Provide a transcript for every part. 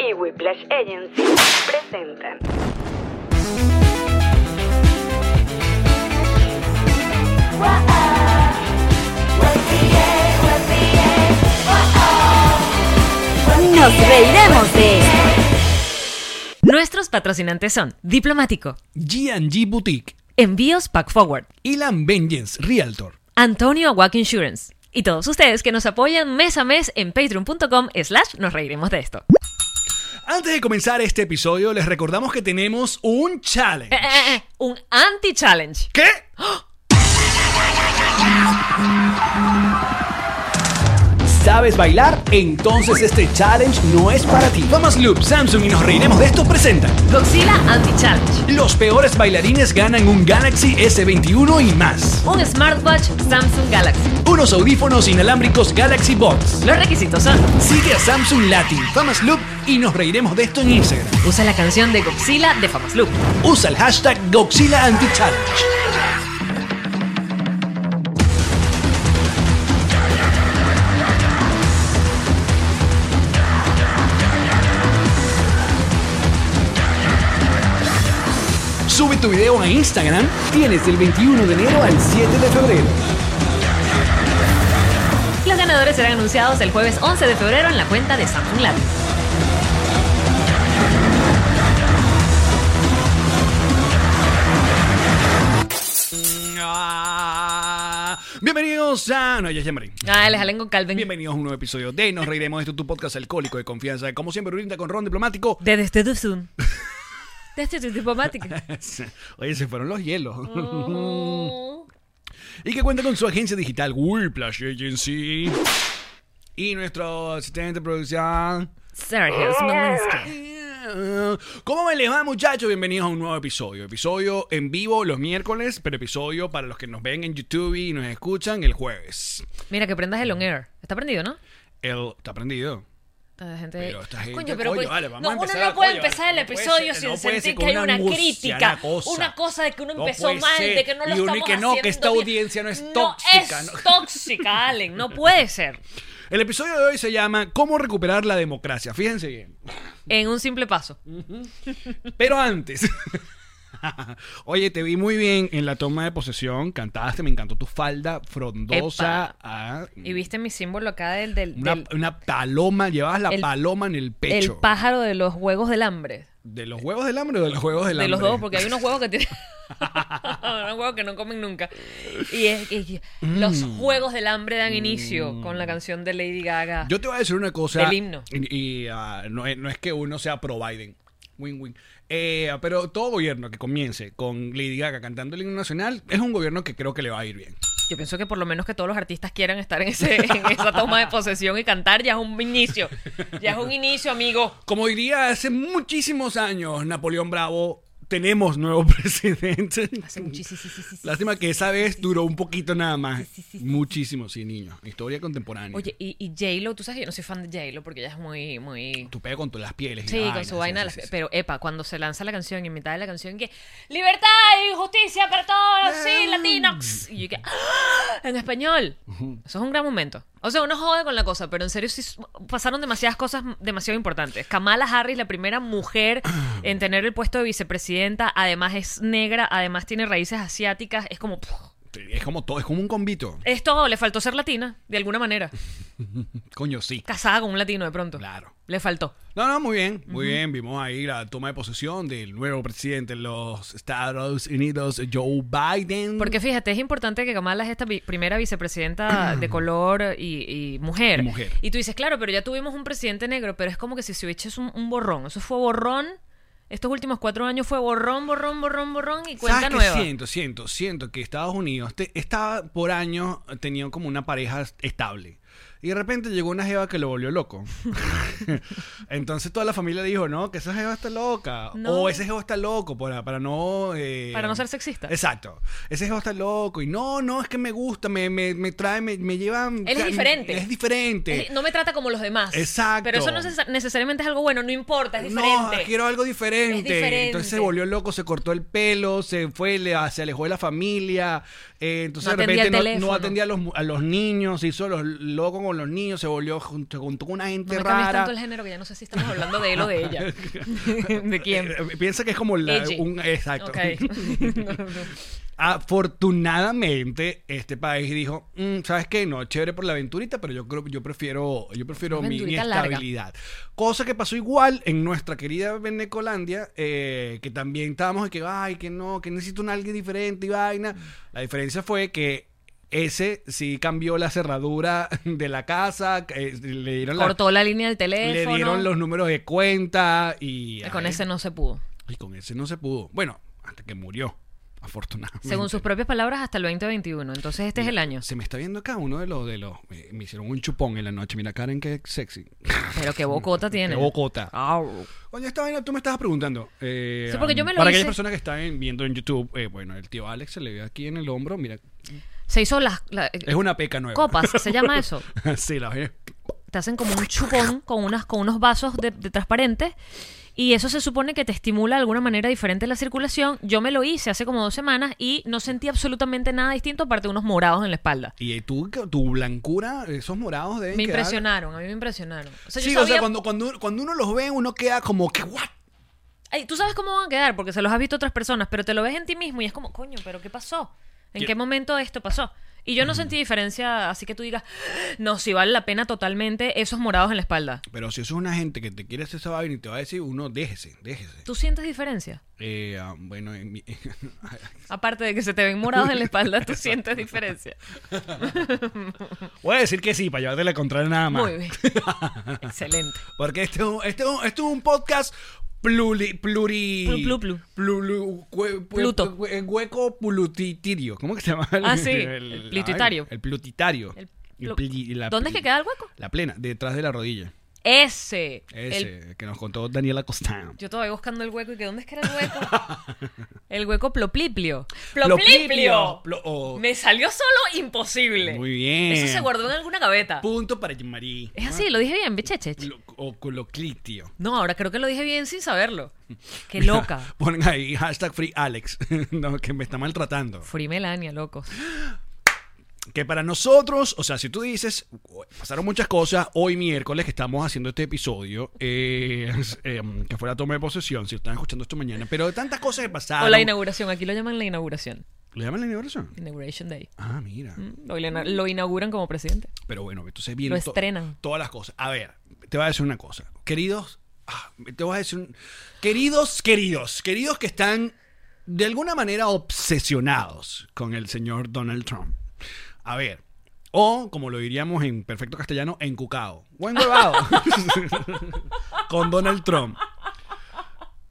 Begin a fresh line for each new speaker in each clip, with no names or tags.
y Whiplash Agency presentan
Nos reiremos de Nuestros patrocinantes son Diplomático,
G&G Boutique,
Envíos Pack Forward,
Elan Vengeance Realtor.
Antonio Aguac Insurance y todos ustedes que nos apoyan mes a mes en patreon.com slash nos reiremos de esto.
Antes de comenzar este episodio, les recordamos que tenemos un challenge.
Eh, eh, eh, un anti-challenge.
¿Qué?
¿Sabes bailar? Entonces este challenge no es para ti.
Thomas Loop, Samsung y nos reiremos de esto presentan.
Godzilla Anti-Challenge.
Los peores bailarines ganan un Galaxy S21 y más.
Un smartwatch Samsung Galaxy.
Unos audífonos inalámbricos Galaxy Box.
Los requisitos son
Sigue a Samsung Latin, Thomas Loop y nos reiremos de esto en Instagram.
Usa la canción de Godzilla de Famous Loop.
Usa el hashtag Godzilla Anti-Challenge. Sube tu video a Instagram
Tienes del 21 de enero al 7 de febrero.
Los ganadores serán anunciados el jueves 11 de febrero en la cuenta de Samsung Latin.
Ah, Bienvenidos a... No, ya es Jean-Marie.
Ah, les jalen con Calvin.
Bienvenidos a un nuevo episodio de Nos Reiremos de esto, tu podcast alcohólico de confianza. Como siempre, brinda con ron diplomático.
Desde este Duzun. Desde este diplomático.
Oye, se fueron los hielos.
Oh.
Y que cuenta con su agencia digital, Whiplash Agency. Y nuestro asistente de producción.
Sergio Smolinski.
¿Cómo me les va, muchachos? Bienvenidos a un nuevo episodio. Episodio en vivo los miércoles, pero episodio para los que nos ven en YouTube y nos escuchan el jueves.
Mira, que prendas el on air. Está prendido, ¿no?
El, ¿Está aprendido?
Ah, gente-
Pero esta gente,
Coño, pero
coño,
pues-
vale, vamos
no,
a empezar,
uno no puede
coño,
empezar el
no puede
episodio
ser-
sin
no puede
sentir
ser
que
con
hay
una
una
angustia,
crítica,
una cosa.
de que uno
No
empezó
puede
mal,
ser.
de que no lo
Y uno y
estamos
que no, que
haciendo
esta
bien.
audiencia no es
No
tóxica,
es
¿no?
tóxica, Allen, no puede ser.
El episodio de hoy se llama ¿Cómo recuperar la democracia? Fíjense bien.
En un simple paso.
Pero antes. Oye, te vi muy bien en la toma de posesión. Cantaste, me encantó tu falda frondosa.
Epa.
ah,
Y viste mi símbolo acá del, del,
una,
del-
una paloma, llevabas la
el-
paloma en el
el
pecho.
pájaro de los juegos del hambre.
¿De los huevos del hambre o de los huevos del
De
hambre?
los dos, porque hay unos huevos que tienen. unos huevos que no comen nunca. Y, es, y- los
Mm.
juegos del hambre dan inicio con la canción de Lady Gaga.
Yo te voy a decir una cosa.
Del himno.
Y, y, ah, no, es, no es que uno sea pro Biden. Win, win. Eh, pero todo gobierno que comience con Lady Gaga cantando el himno nacional es un gobierno que creo que le va a ir bien.
Yo pienso que por lo menos que todos los artistas quieran estar en, ese, en esa toma de posesión y cantar ya es un inicio. Ya es un inicio, amigo.
Como diría hace muchísimos años Napoleón Bravo, tenemos nuevo presidente.
Hace muchísimo.
Lástima que esa vez duró un poquito nada más. Muchísimo, sí, niño. Historia contemporánea.
Oye, y, y J-Lo, tú sabes que yo no soy fan de J-Lo porque ella es muy, muy...
tu pega con todas las pieles. y
Sí,
la
con su vaina. de las-
sí, sí, sí.
Pero, epa, cuando se lanza la canción y en mitad de la canción que... Libertad y justicia para todos, sí, latinos. Y yo que... "Ah", En español. Eso es un gran momento. O sea, uno jode con la cosa, pero en serio sí s- pasaron demasiadas cosas demasiado importantes. Kamala Harris, la primera mujer en tener el puesto de vicepresidenta, además es negra, además tiene raíces asiáticas, es como... puf,
Sí, Es como todo, es como un convito.
Es todo, le faltó ser latina, de alguna manera.
Coño, sí.
Casada con un latino de pronto.
Claro.
Le faltó.
No, no, muy bien, muy bien. Vimos ahí la toma de posesión del nuevo presidente de los Estados Unidos, Joe Biden.
Porque fíjate, es importante que Kamala es esta vi- primera vicepresidenta de color y, y mujer.
Y mujer.
Y tú dices, claro, pero ya tuvimos un presidente negro, pero es como que si se hubiese hecho un, un borrón. Eso fue borrón estos últimos cuatro años fue borrón, borrón, borrón, borrón y
¿Sabes
cuenta
qué
nueva.
siento? Siento, siento que Estados Unidos te- estaba por años teniendo como una pareja estable. Y de repente llegó una jeva que lo volvió loco. Entonces toda la familia le dijo, no, que esa jeva está loca.
No.
O ese jeva está loco para, para no... eh,
Para no ser sexista.
Exacto. Ese jeva está loco. Y no, no, es que me gusta, me, me, me trae, me, me lleva...
Él es diferente.
Es diferente.
Es- No me trata como los demás.
Exacto.
Pero eso no neces- necesariamente es algo bueno, no importa, es
No,
diferente.
quiero algo diferente.
Es diferente.
Entonces se volvió loco, se cortó el pelo, se fue, le- se alejó de la familia. eh, entonces
No
de
atendía
repente
el
no- no,
teléfono.
atendía a los, mu- a los niños, se hizo los loco con los niños, se volvió junto, junto con una
No
gente
me cambies
rara.
tanto el género que ya no sé si estamos hablando de él o de ella. ¿De quién?
Eh, eh, Piensa que es como la-
Ella.
un exacto.
Ok.
Afortunadamente este país dijo, "Mm, sabes qué, no, chévere por la aventurita, pero yo creo, yo prefiero, yo prefiero
Una
mi, mi
aventurita larga.
estabilidad. Cosa que pasó igual en nuestra querida Venecolandia, eh, que también estábamos de que, ay, que no, que necesito un alguien diferente y
Mm.
vaina. La diferencia fue que ese sí cambió la cerradura de la casa, eh, le dieron la-
Cortó la línea del
le
teléfono.
dieron los números de cuenta y
Con
ay,
ese no se pudo.
y con ese no se pudo. Bueno, hasta que murió, afortunadamente.
Según sus propias palabras, hasta el 2021. Entonces este es el año.
Se me está viendo acá uno de los de los. Me, me hicieron un chupón en la noche. Mira, Karen, qué sexy.
Pero qué bocota tiene.
Qué bocota.
Au.
Oye, esta vaina tú me estabas preguntando. eh,
Sí, porque yo me lo
Para
hice.
aquellas personas que están en- viendo en YouTube, eh, bueno, el tío Alex se le ve aquí en el hombro. Mira,
Se hizo las... la-
es una peca nueva.
Copas, ¿se llama eso?
sí, la ve.
te hacen como un chupón con, unas, con unos vasos de, de transparentes y eso se supone que te estimula de alguna manera diferente la circulación. Yo me lo hice hace como dos semanas y no sentí absolutamente nada distinto aparte de unos morados en la espalda.
Y eh, tú, tu blancura, esos morados deben
Me
quedar-
impresionaron, a mí me impresionaron. O sea, yo
Sí, o
sabía-
sea, cuando, cuando, cuando uno los ve, uno queda como que, ¿what?
Ay, tú sabes cómo van a quedar porque se los has visto a otras personas, pero te lo ves en ti mismo y es como, coño, pero ¿qué pasó? ¿En
Yo-
qué momento esto pasó? Y yo no sentí diferencia, así que tú digas, no, si vale la pena totalmente esos morados en la espalda.
Pero si eso es una gente que te quiere hacer esa vaina y te va a decir, uno, déjese, déjese.
¿Tú sientes diferencia?
Eh, ah, bueno, en mi-
Aparte de que se te ven morados en la espalda, tú sientes diferencia.
voy a decir que sí, para llevarte la contraria nada más.
Muy bien. Excelente.
Porque este es un, este es un- este es un podcast pluri... pluri
Plu- plu- plu.
plulu- cue- cue-
Pluto.
cue- hueco plutitirio. ¿Cómo que se llama?
Ah, sí, el plutitario.
El plutitario.
El
El
plu-
pli- la
¿Dónde es
pli-
que queda el hueco?
La plena, detrás de la rodilla.
Ese. El-
Ese, que nos contó Daniela Costán.
yo todavía buscando el hueco y que ¿dónde es que era el hueco? el hueco plopliplio.
Plopliplio.
¡Plopliplio!
Plo- oh.
Me salió solo imposible.
Muy bien.
Eso se guardó en alguna gaveta.
Punto para Marí.
es así, lo dije bien, bichechech.
Lo- O coloclitio.
No, ahora creo que lo dije bien sin saberlo. Qué
Mira,
loca.
Ponen ahí hashtag free Alex. no, que me está maltratando.
Free Melania, locos.
que para nosotros, o sea, si tú dices, "Uy, pasaron muchas cosas, hoy miércoles que estamos haciendo este episodio, eh, es, em, que fue la toma de posesión, si están escuchando esto mañana, pero de tantas cosas que pasaron.
O la inauguración, aquí lo llaman la inauguración.
¿Le llaman la inauguración?
Inauguration Day.
Ah, mira.
Lo, ina-
Mm.
lo inauguran como presidente.
Pero bueno, entonces vienen
Lo estrenan.
todas las cosas. A ver, te voy a decir una cosa. Queridos, ah, te voy a decir un- Queridos, queridos, queridos que están de alguna manera obsesionados con el señor Donald Trump. A ver, o como lo diríamos en perfecto castellano, en cucao. Buen huevado. con Donald Trump.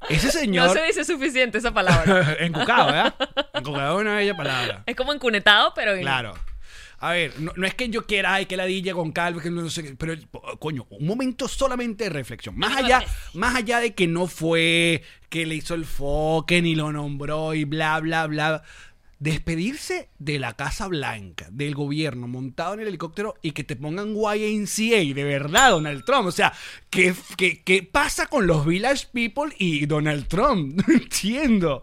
Ese señor...
No se dice suficiente esa palabra.
en cucao, ¿verdad? En cucao es una bella palabra.
es como encunetado, pero en-
Claro. A ver, no, no es que yo quiera, ay, que la DJ con Calvo, que no sé qué, pero po- coño, un momento solamente de reflexión. Más allá, más allá de que no fue, que le hizo el foque, ni lo nombró y bla, bla, bla. Despedirse de la Casa Blanca, del gobierno, montado en el helicóptero y que te pongan YNCA, de verdad, Donald Trump. O sea, ¿qué, qué, qué pasa con los Village People y Donald Trump? No entiendo.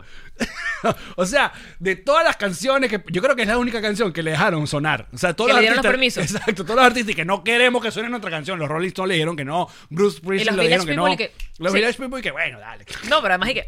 o sea, de todas las canciones que yo creo que es la única canción que le dejaron sonar. O sea, todos
Que
los
le dieron los
artistas-
permisos.
Exacto, todos los artistas que no queremos que suene nuestra canción. Los Rolling Stones le dijeron que no. Bruce
los
Springsteen le
Village
dijeron
People
que no.
y que-
Los
sí.
Village People y que bueno, dale.
No, pero además hay que.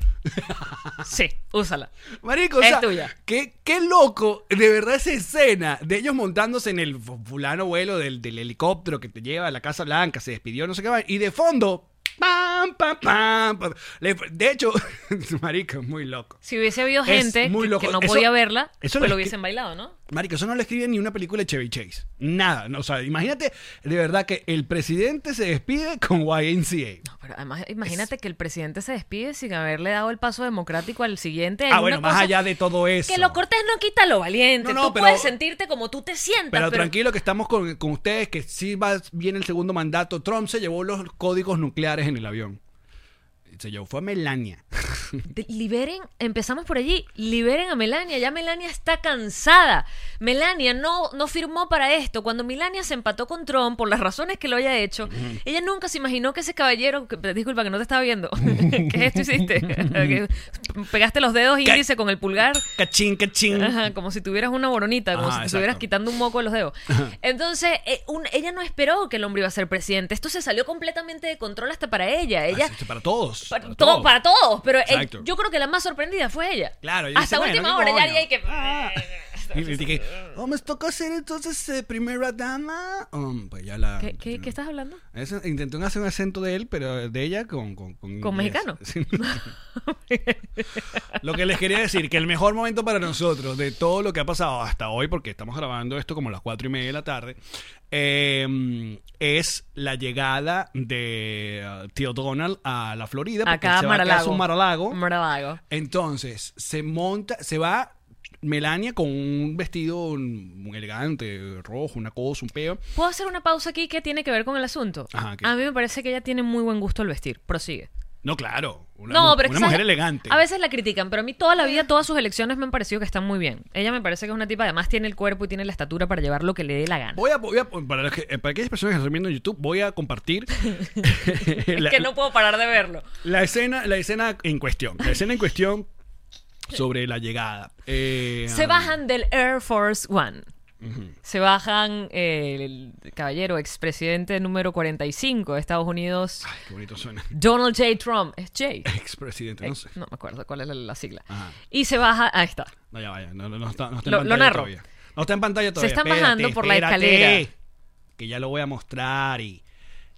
Sí, úsala.
Marico, o
Es
sea,
tuya.
Qué, qué loco, de verdad, esa escena de ellos montándose en el fu- fulano vuelo del, del helicóptero que te lleva a la Casa Blanca, se despidió, no sé qué va, y de fondo, pam, pam, pam, pam. Le- de hecho, marico, es muy loco.
Si hubiese habido
Es
gente
muy
que-
loco.
que no
Eso-
podía verla,
eso
pues
lo
lo
escri-
hubiesen bailado, ¿no?
Marico, eso no lo escribe ni una película de Chevy Chase. Nada. No, o sea, imagínate de verdad que el presidente se despide con YNCA.
No, pero además, imagínate que el presidente se despide sin haberle dado el paso democrático al siguiente. es
Ah,
una
bueno, más
cosa
allá de todo eso.
Que lo cortés no quita lo valiente.
No, no,
tú
pero-
puedes sentirte como tú te sientas.
Pero, tranquilo que estamos con, con ustedes, que sí va bien el segundo mandato. Trump se llevó los códigos nucleares en el avión. Se llevó, fue a Melania.
de- Liberen, empezamos por allí, liberen a Melania, ya Melania está cansada. Melania no, no firmó para esto. Cuando Melania se empató con Trump, por las razones que lo haya hecho, ella nunca se imaginó que ese caballero, que- disculpa que no te estaba viendo, ¿qué esto hiciste? Que pegaste los dedos índice con el pulgar.
Cachín, cachín.
Ajá, como si tuvieras una boronita, como
Ajá,
si te
Ah, exacto.
estuvieras quitando un moco de los dedos. Entonces, eh, un- ella no esperó que el hombre iba a ser presidente. Esto se salió completamente de control hasta para ella. Ella,
Así, Ah, este, para todos.
para, todo- para todos, pero eh,
Exacto.
yo creo que la más sorprendida fue ella.
Claro, ella
hasta
dice,
última
bueno, ¿qué
hora ya
coño?
haría que. "Eh".
Ah. Y le dije, oh, me tocó ser entonces eh, primera dama. Um, pues ya la.
¿Qué, qué, qué estás hablando?
Eso, intenté hacer un acento de él, pero de ella con. Con,
¿Con
inglés.
mexicano?
Sí. lo que les quería decir, que el mejor momento para nosotros de todo lo que ha pasado hasta hoy, porque estamos grabando esto como a las cuatro y media de la tarde, eh, es la llegada de uh, Tío Donald a la Florida. porque él
Acá
se va a quedar a
Maralago.
su Maralago.
Maralago.
Entonces, se monta, se va Melania con un vestido muy elegante, rojo, una cosa, un peo.
¿Puedo hacer una pausa aquí que tiene que ver con el asunto?
Ajá, ¿qué?
A mí me parece que ella tiene muy buen gusto al vestir. Prosigue.
No, claro. Una,
no,
mu-
pero es que
una mujer
¿sabes?
elegante.
A veces la critican, pero a mí toda la vida, todas sus elecciones me han parecido que están muy bien. Ella me parece que es una tipa, además tiene el cuerpo y tiene la estatura para llevar lo que le dé la gana.
Voy a, voy a- para, los que- eh, para aquellas personas que están viendo en YouTube, voy a compartir
es
la,
que no puedo parar de verlo.
la escena, la escena en cuestión. La escena en cuestión sobre la llegada. Eh,
Se bajan del Air Force One. Se bajan eh, el caballero expresidente número 45 de Estados Unidos,
Ay, qué bonito suena.
Donald J. Trump. Es J. Eh,
Expresidente, no sé.
No me acuerdo cuál es la, la sigla.
Ajá.
Y se baja, ahí está.
No, ya vaya, no, no- no está, no está
Lo-
en
lo
pantalla
narro.
todavía. No está en pantalla todavía.
están
Espérate,
bajando por la
espérate,
escalera.
Que ya lo voy a mostrar y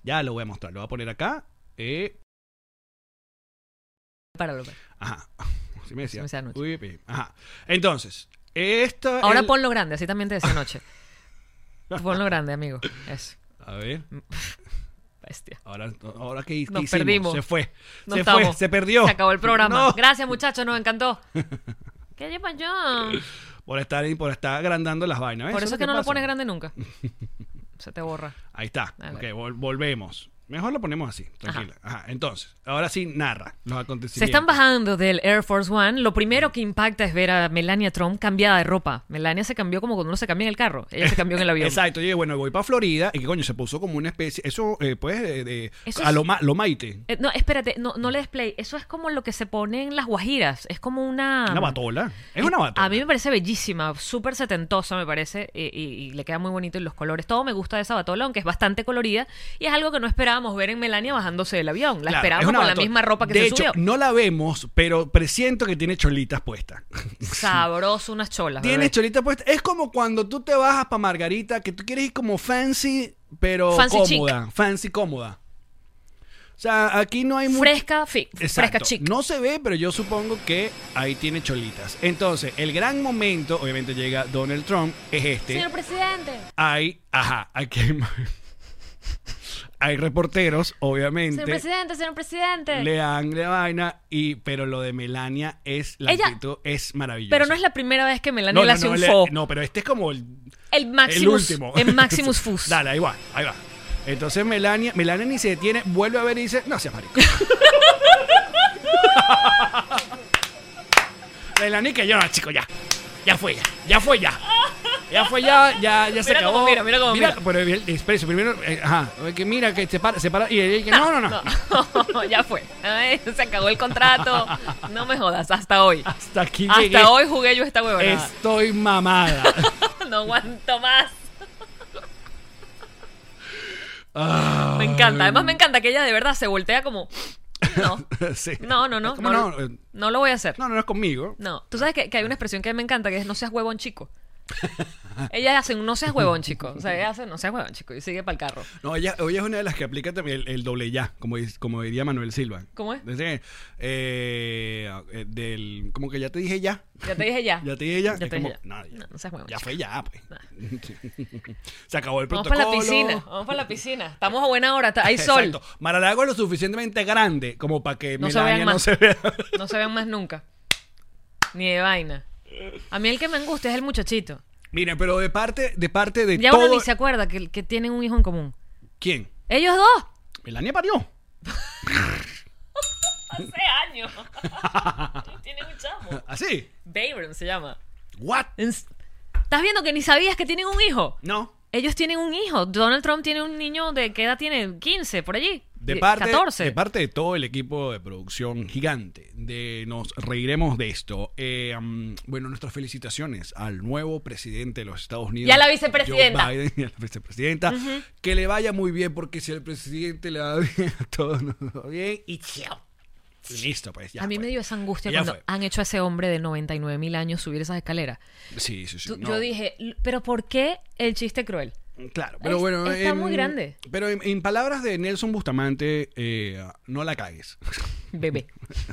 ya lo voy a mostrar. Lo voy a poner acá. Eh,
Páralo. pues.
ajá. Así me decía.
Se me hace anoche.
Uy, pi. ajá. Entonces, esta.
Ahora
Ah, el-
ponlo grande, así también te decía anoche. ponlo grande, amigo. Eso.
A ver.
Bestia.
Ahora, ahora que,
Nos perdimos.
se fue.
No
se
estamos.
fue, se perdió.
Se acabó el programa.
No,
Gracias, muchachos, nos encantó. ¿Qué lleva yo?
por estar ahí, por estar agrandando las vainas. ¿ves?
Por eso es
es
que no lo
pasa.
pones grande nunca. Se te borra.
Ahí está.
A
Ok,
ver.
vol- volvemos. Mejor lo ponemos así, tranquila. Ajá. Entonces, ahora sí narra los acontecimientos.
Se están bajando del Air Force One. Lo primero que impacta es ver a Melania Trump cambiada de ropa. Melania se cambió como cuando uno se cambia en el carro. Ella se cambió en el avión.
Exacto, yo dije, bueno, voy para Florida y que coño, se puso como una especie, eso eh, pues de, de-
Eso
a
es-
lo, ma- lo maite,
Eh, no, espérate, no, no le desplay. Eso es como lo que se pone en las guajiras. Es como una.
una batola, es una batola.
Ah. Eh, A mí me parece bellísima, súper setentosa me parece, y, y- y le queda muy bonito y los colores. Todo me gusta de esa batola, aunque es bastante colorida, y es algo que no esperábamos ver en Melania bajándose del avión. La
Claro,
esperábamos
es una
con la
batola.
misma ropa que
de
se
hecho,
subió.
no la vemos, pero presiento que tiene cholitas puestas.
Sabroso, unas cholas.
mm, tiene
bebé.
cholitas puestas, es como cuando tú te bajas para Margarita, que tú quieres ir como fancy, pero
Fancy
cómoda, fancy cómoda. O sea, aquí no hay mucho...
Fresca, fi-
Exacto.
fresca chic.
No se ve, pero yo supongo que ahí tiene cholitas. Entonces, el gran momento, obviamente llega Donald Trump, es este.
Señor presidente.
Hay, ajá, aquí hay, hay reporteros, obviamente.
Señor presidente, señor presidente.
Le dan la vaina, y, pero lo de Melania es la
Ella-
actitud, es maravillosa.
Pero no es la primera vez que Melania le
no, no,
hace
no,
un
le-
faux.
no, pero este es como el,
el
el
Maximus.
último.
El Maximus Fus.
Dale, ahí va, ahí va. Entonces Melania, Melania ni se detiene, vuelve a ver y dice, no seas marico. Melania que yo no, chico, ya. Ya fue ya, ya fue ya. Ya fue ya, ya, ya se
Mira
acabó.
cómo mira, mira cómo mira.
Pero el expreso, primero, eh, ajá, que mira, que se para, se para, y ella dice, no, no, no.
No, ya fue. Ay, se acabó el contrato. No me jodas, hasta hoy.
Hasta aquí
Hasta
llegué.
hoy jugué yo esta huevonada.
Estoy mamada.
No aguanto más.
Ah.
Me encanta. Además, me encanta que ella de verdad se voltea como. No,
Sí.
no, no, no.
Es como,
No,
no, eh,
no lo voy a hacer.
no, no es conmigo.
No. Tú sabes que, que hay una expresión que me encanta que es no seas huevón chico. Ellas hacen, no seas huevón, chico. O sea, ellas hacen, no seas huevón, chico. Y sigue para el carro.
No, ella, ella es una de las que aplica también el, el doble ya, como, dis- como diría Manuel Silva.
¿Cómo es?
Dice, eh, eh, del, como que ya te dije ya.
Ya te dije ya.
Ya te dije ya.
Ah. Ya
Es
te
como,
dije ya.
no, ya.
No, no seas huevón,
Ya
chico. Ah.
fue ya, pues. Se acabó el
Vamos
protocolo.
para la piscina. Vamos para la piscina. Estamos a buena hora. está- Hay sol.
Exacto. Maralago es lo suficientemente grande como para que
No se
Melania
vean
no
más.
se vea.
No se vean más nunca. Ni de vaina. A mí el que me angustia es el muchachito.
Mira, pero de parte de, parte de
Ya
todo...
uno ni se acuerda que, que tienen un hijo en común.
¿Quién?
Ellos dos.
Melania parió.
Oh. Hace años. tienen un chamo.
¿Así?
Bayron se llama.
¿Ah, ¿What?
Ens- ¿Estás viendo que ni sabías que tienen un hijo?
No.
Ellos tienen un hijo. Donald Trump tiene un niño de qué edad tiene? 15, por allí.
De
Die-
parte,
14.
de parte de todo el equipo de producción gigante, de nos reiremos de esto. Eh, um, bueno, nuestras felicitaciones al nuevo presidente de los Estados Unidos.
Y a la vicepresidenta.
Joe Biden y a la vicepresidenta. Que le vaya muy bien, porque si al presidente le va bien, a todos nos va bien. Y chao. Listo, pues ya.
a mí
fue.
me dio esa angustia
Ya
cuando
fue.
han hecho a ese hombre de 99 mil años subir esas escaleras.
Sí, sí, sí.
Tú-
no.
Yo dije, "L- ¿pero por qué el chiste cruel?
Claro, pero
Es-
bueno.
está muy grande.
Pero en, en palabras de Nelson Bustamante, eh, no la cagues.
Bebé.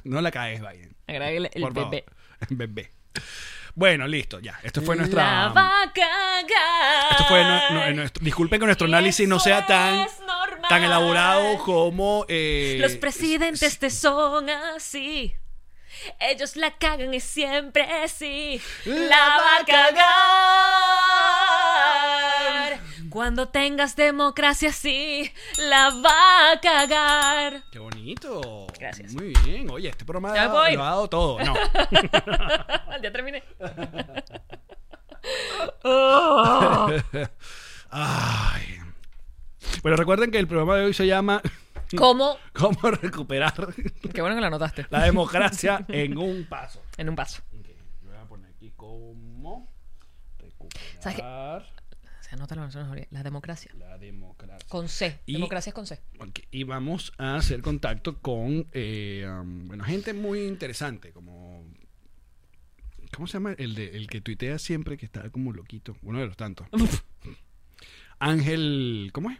no la cagues, Biden.
Agráguele el
Por favor.
bebé.
Bebé. Bueno, listo, ya. Esto fue nuestra.
La va a cagar.
Esto fue nu- nu- nuestro- disculpen que nuestro
Y
análisis no
eso
sea tan,
es normal.
tan elaborado como. eh,
Los presidentes te son así. Ellos la cagan y siempre sí. La va a cagar. Cuando tengas democracia sí. La va a cagar.
Qué bonito.
Gracias.
Muy bien. Oye, este programa
Ya
ha-
voy.
lo ha dado todo. No.
ya terminé.
Oh. Ay. Bueno, recuerden que el programa de hoy se llama
¿Cómo?
¿Cómo recuperar
Qué bueno que lo anotaste.
la democracia en un paso?
En un paso.
Ok, yo voy a poner aquí cómo
¿Sabes qué?
recuperar
Se anota la La democracia.
la democracia.
Con C.
Y-
Democracia es con C.
Ok, Y vamos a hacer contacto con eh, um, bueno, gente muy interesante, como... ¿Cómo se llama? El, de, el que tuitea siempre que está como loquito. Uno de los tantos. Ángel... ¿Cómo es?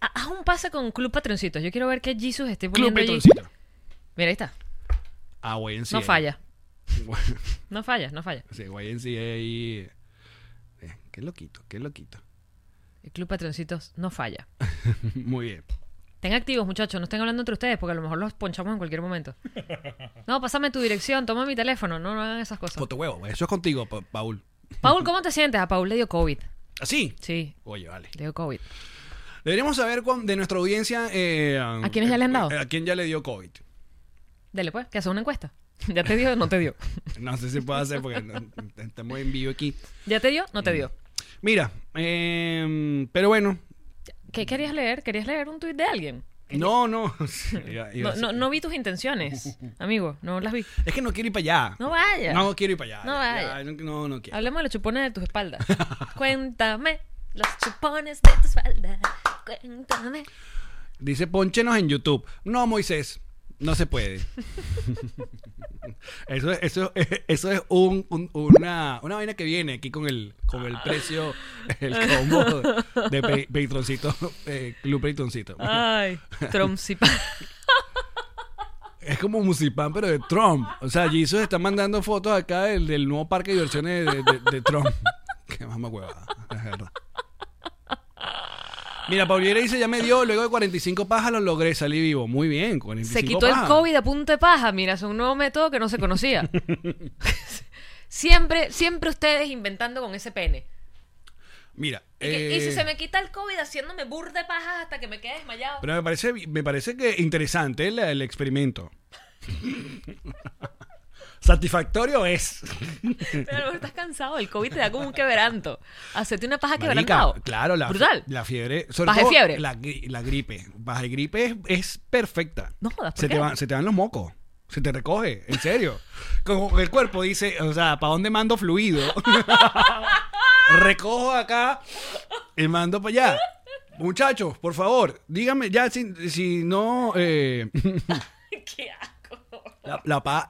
Ah, Haz un pase con Club Patroncitos. Yo quiero ver qué Jesus esté
Club
poniendo allí.
Petroncito.
Mira, ahí está.
Ah, YNCA.
No falla. No falla, no falla.
sí, YNCA y... eh, qué loquito, qué loquito.
El Club Patroncitos no falla.
muy bien.
Estén activos, muchachos. No estén hablando entre ustedes porque a lo mejor los ponchamos en cualquier momento. No, pásame tu dirección, toma mi teléfono. No, no hagan esas cosas.
Foto huevo, eso es contigo, Pa- Paul.
Paul, ¿cómo te sientes? A Paul le dio COVID.
¿Así?
Sí,
Oye, vale.
le dio COVID.
Deberíamos saber cuán- de nuestra audiencia... eh, um,
¿A quiénes ya le han dado?
eh, ¿A quién ya le dio COVID?
Dale, pues, que hace una encuesta. ¿Ya te dio o no te dio?
No sé si puedo hacer porque no- estamos en vivo aquí.
¿Ya te dio
Mm.
no te dio?
Mira, em, pero bueno.
¿Qué querías leer? ¿Querías leer un tuit de alguien?
No, no. Sí, iba- iba
No,
a decir-
no, no vi tus intenciones, amigo. No las vi.
Es que no quiero ir para allá.
No vaya.
No quiero ir para allá.
No vaya.
Ya, no, no, no quiero.
Hablemos de los chupones de tus espaldas. Cuéntame los chupones de tus espaldas. Cuéntame.
Dice, ponchenos en YouTube. No, Moisés. No se puede. eso, es- eso, es- eso es un, un- una, una vaina que viene aquí con el, con el precio, el combo de pe- Patroncito, eh, Club Patroncito.
Ay, Trompsipa.
Es como Musipán, pero de Trump. O sea, Jesus está mandando fotos acá del, del nuevo parque de diversiones de, de- de Trump. Qué mamá huevada, es verdad. Mira, Pauliera dice, ya me dio, luego de 45 pajas lo logré, salí vivo. Muy bien, 45
Se quitó el
pajas.
COVID a punta de paja. Mira, es un nuevo método que no se conocía. siempre, siempre ustedes inventando con ese pene.
Mira,
Y, que- y si
eh,
se me quita el COVID haciéndome burda de paja hasta que me quede desmayado.
pero me parece, me parece que interesante el, el experimento. Satisfactorio es.
Pero estás cansado, el COVID te da como un quebranto. Hacerte una paja
Marica,
quebrantado.
claro, la,
Ah, Brutal.
la fiebre. Sobre
Baja de
todo
fiebre.
La, gri- la gripe. Baja de gripe es, es perfecta.
No jodas, ¿por
se,
qué?
Te van, se te van los mocos. Se te recoge, en serio. Como el cuerpo dice, o sea, ¿para dónde mando fluido? Recojo acá y mando para allá. Muchachos, por favor, díganme ya si, si no. eh,
Qué asco.
la, la pa-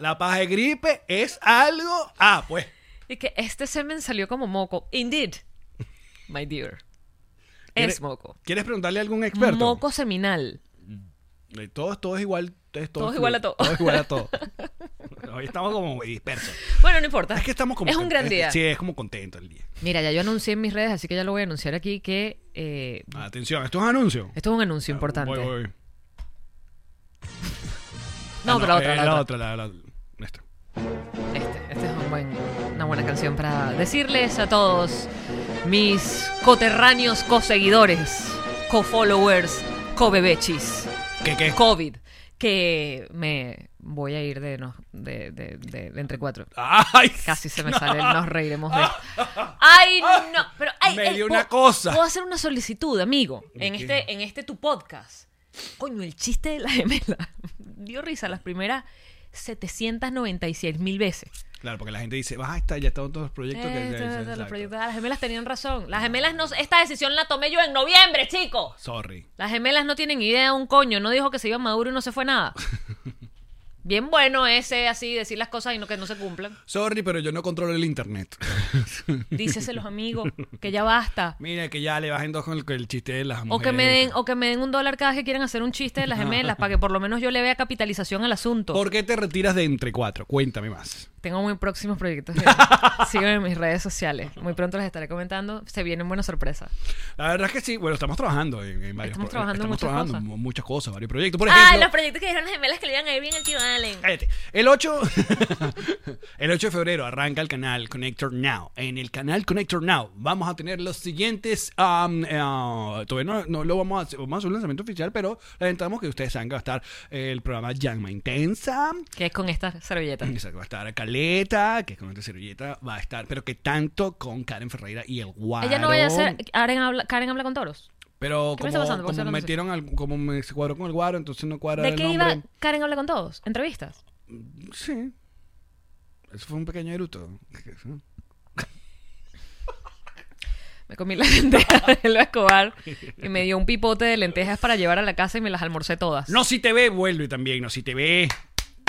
La paja de gripe es algo. Ah, pues.
Y que este semen salió como moco. Indeed, my dear. Es
¿Quieres-
moco.
¿Quieres preguntarle a algún experto?
Moco seminal.
Eh, Todo, todo es igual. Todo, es- todo
Todo
es
es igual a
fluido,
todo.
Todo es igual a todo. Hoy estamos como dispersos.
Bueno, no importa.
Es que estamos como.
Es un gran día.
Sí, es como contento el día.
Mira, ya yo anuncié en mis redes, así que ya lo voy a anunciar aquí que eh,
Atención, esto es un anuncio.
esto es un anuncio importante.
Ah, Voy, voy.
No,
Ah,
pero la
eh,
otra, la
la
otra.
otra. La la- esta.
Este, este es un buen- una buena canción para decirles a todos mis coterráneos, coseguidores, co-followers, co-bebechis,
¿Qué, qué?
COVID, que me voy a ir de, no, de, de- de- de entre cuatro.
¡Ay!
Casi se me sale, el nos reiremos de ¡Ay, no! Pero, ay,
Me
eh,
dio
puedo-
una cosa.
Puedo hacer una solicitud, amigo, en
qué?
este, en este tu podcast. Coño, el chiste de la gemela dio risa las primeras 796 mil veces.
Claro, porque la gente dice, ah, está, ya están todos los proyectos que.
Eh, todo- todo
exacto.
los proyectos. Ah, Las gemelas tenían razón. Las gemelas no. Esta decisión la tomé yo en noviembre, chicos.
Sorry.
Las gemelas no tienen idea, un coño. No dijo que se iba a Maduro y no se fue nada. Bien bueno ese, así, decir las cosas y no que no se cumplan.
Sorry, pero yo no controlo el internet.
Dícese los amigos que ya basta.
Mira, que ya le bajen dos con el, con el chiste de las
O
mujeres.
que, me den, o que me den un dólar cada vez que quieran hacer un chiste de las gemelas para que por lo menos yo le vea capitalización al asunto.
¿Por qué te retiras de entre cuatro? Cuéntame más.
Tengo muy próximos proyectos. que- Sígueme en mis redes sociales. Muy pronto les estaré comentando. Se vienen buenas sorpresas.
La verdad es que sí, bueno, estamos trabajando en, en varios
Estamos
pro-
trabajando en
estamos
muchas
trabajando
cosas.
mu- muchas cosas, varios proyectos. Por
ah,
ejemplo,
los proyectos que dijeron las gemelas que le iban a ir bien al tío Allen.
Cállate. El 8, el 8 de febrero arranca el canal Connector Now. En el canal Connector Now vamos a tener los siguientes. um, eh, ah, todavía no, no lo vamos a hacer, vamos a hacer un lanzamiento oficial, pero lamentamos que ustedes saben que va a estar el programa Llama Intensa.
Que es con esta servilleta.
Exacto, va a estar Caleta, que es con esta servilleta, va a estar, pero que tanto con Karen Ferreira y el Guaro.
Ella no vaya a ser. Karen habla, Karen habla con toros.
Pero
¿Qué me
como,
está pasando? ¿Por qué
como
no sé?
metieron al- como me se cuadró con el Guaro, entonces no cuadra
¿De
el
qué
nombre.
iba Karen habla con todos? ¿Entrevistas?
Sí. Eso fue un pequeño eruto.
Me comí la lenteja de lo Escobar y me dio un pipote de lentejas para llevar a la casa y me las almorcé todas.
No si te ve, vuelve también. No si te ve,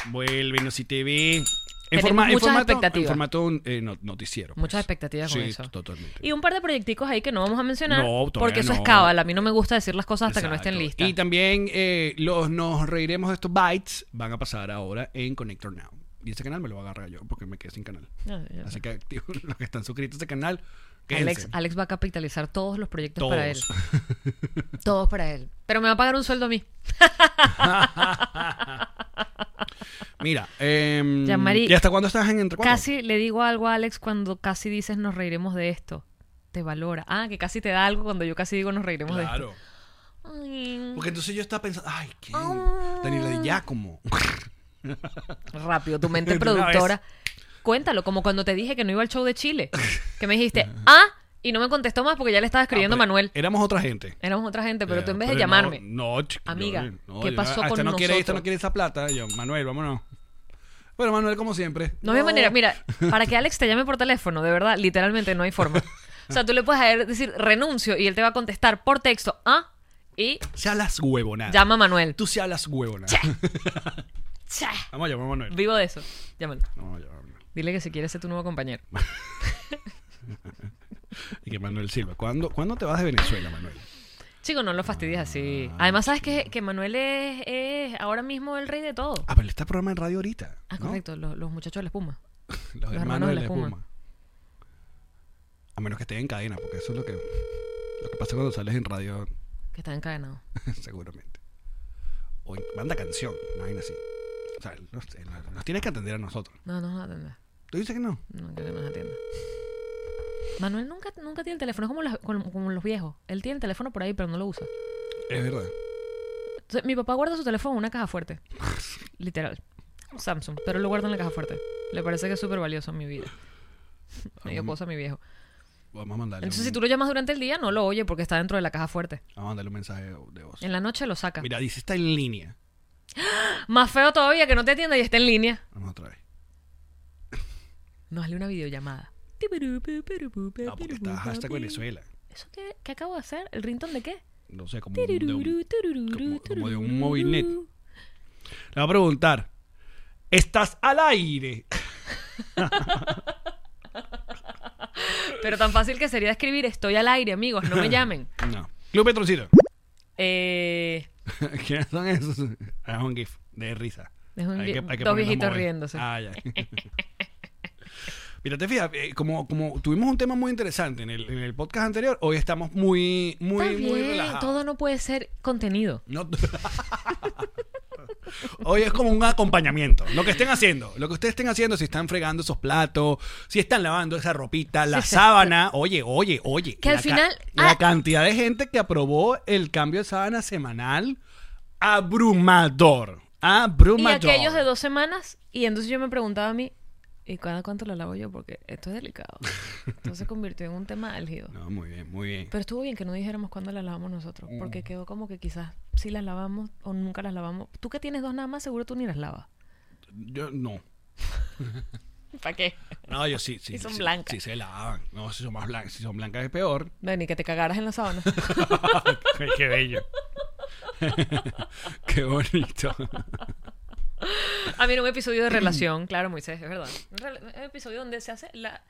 vuelve. No si te ve. En,
Tenemos muchas
formato, en
expectativas.
formato eh, no- noticiero. pues.
Muchas expectativas con
Sí,
eso.
totalmente.
Y un par de proyecticos ahí que no vamos a mencionar.
No, todavía
porque eso es
no.
cábala. A mí no me gusta decir las cosas hasta que no
Exacto.
estén listas.
Y también eh, los nos reiremos de estos bytes van a pasar ahora en Connector Now. Y ese canal me lo va a agarrar yo porque me quedé sin canal.
Ah, ya.
Así que activo los que están suscritos a ese canal.
Alex,
quédense.
Alex va a capitalizar todos los proyectos para él.
Todos.
Todos para él. Pero me va a pagar un sueldo a mí. ah.
Mira, eh,
Jean-Marie,
¿y hasta cuándo estás en Entre Cuatro?
Casi le digo algo a Alex cuando casi dices nos reiremos de esto. Te valora. Ah, que casi te da algo cuando yo casi digo nos reiremos de esto. Mm.
Claro.
Ay,
Porque entonces yo estaba pensando, ay, ¿quién?
Ah.
Daniela de Giacomo.
rápido, tu mente
De una
productora. Cuéntalo, como cuando te dije que no iba al show de Chile. Que me dijiste, ah, y no me contestó más porque ya le estaba escribiendo
Ah, pero
Manuel.
Éramos otra gente.
Éramos otra gente, pero
Eh,
tú en vez de
no,
llamarme.
No, chico, yo-
Amiga,
no,
¿qué
yo-
pasó
ah,
con
esta no quiere esta
nosotros?
no quiere esa plata. Y Yo, Manuel, vámonos. Bueno, Manuel, como siempre.
No había manera. Mira, para que Alex te llame por teléfono, de verdad, literalmente no hay forma. O sea, tú le puedes haber- decir renuncio y él te va a contestar por texto, ah, y
Se hablas huevona.
llama a Manuel.
Ah. Tú se hablas huevona.
Cha.
Vamos a llamar a Manuel.
Vivo de eso. Llámalo.
Vamos a llamar a Manuel.
Dile que si quieres ser tu nuevo compañero.
Y que Manuel Silva. ¿Cuándo, ¿Cuándo te vas de Venezuela, Manuel?
Chico, no lo fastidies así.
Ah,
Además, ¿sabes que, que Manuel es, es ahora mismo el rey de todo?
Ah, pero él está programa en radio ahorita.
Ah,
¿no?
correcto, los, los muchachos de la espuma.
Los, hermanos de la espuma. A menos que estén en cadena, porque eso es lo que, lo que pasa cuando sales en radio,
Que están encadenados.
seguramente. O en banda canción, no hay así. O sea, nos, nos tienes que atender a nosotros.
No, no, no atenda.
¿Tú dices que no?
No, que no nos atienda. Manuel nunca, nunca tiene el teléfono, es como, las- como- como los viejos. Él tiene el teléfono por ahí, pero no lo usa.
Es verdad.
Entonces, mi papá guarda su teléfono en una caja fuerte. Literal. Un Samsung, pero lo guarda en la caja fuerte. Le parece que es súper valioso en mi vida. Me dio cosa a mi viejo.
Vamos a mandarle,
Entonces,
un,
si tú lo llamas durante el día, no lo oye porque está dentro de la caja fuerte.
vamos a mandarle un mensaje de voz.
En la noche lo saca.
Mira, dice, está en línea.
Más feo todavía que no te atienda y esté en línea.
Vamos otra vez.
No, hazle una videollamada.
No, porque está hashtag Venezuela.
¿Eso qué, qué acabo de hacer? ¿El rintón de qué?
No sé, como un- de un, como, como de un movilnet. Le va a preguntar, ¿estás al aire?
Pero tan fácil que sería escribir estoy al aire, amigos, no me llamen.
No. Club Petroncito.
Eh,
¿Quiénes son esos? Ah, Es un GIF de risa.
Es un
Hay que-
gif.
hay que
Dos
ponerlo a
viejitos
mover.
riéndose.
Ah, ya. Mira, te fijas, eh, como, como tuvimos un tema muy interesante en el, en el podcast anterior, hoy estamos muy, muy,
está
muy
bien,
relajados.
todo no puede ser contenido.
No- Hoy es como un acompañamiento. Lo que estén haciendo, lo que ustedes estén haciendo, si están fregando esos platos, si están lavando esa ropita, la sábana. Oye, oye, oye.
Que al
la
final-
La
ah.
cantidad de gente que aprobó el cambio de sábana semanal, abrumador.
Y
Abrumador.
aquellos de dos semanas, y entonces yo me preguntaba a mí, ¿y cada cuánto la lavo yo? Porque esto es delicado. Entonces se convirtió en un tema álgido.
No, muy bien, muy bien.
Pero estuvo bien que no dijéramos cuándo las lavamos nosotros,
Mm.
porque quedó como que quizás si las lavamos o nunca las lavamos. Tú que tienes dos nada más, seguro tú ni las lavas.
Yo no.
¿Para qué?
No, yo sí, sí.
Y son
sí,
blancas.
Sí, se lavan. No, si son más blancas, si son blancas es peor.
No, ni que te cagaras en la sábana.
Ay, Qué bello. Qué bonito.
Ah, mira, un episodio de relación, claro, Moisés, es verdad. Un rela- Un episodio donde se hace la...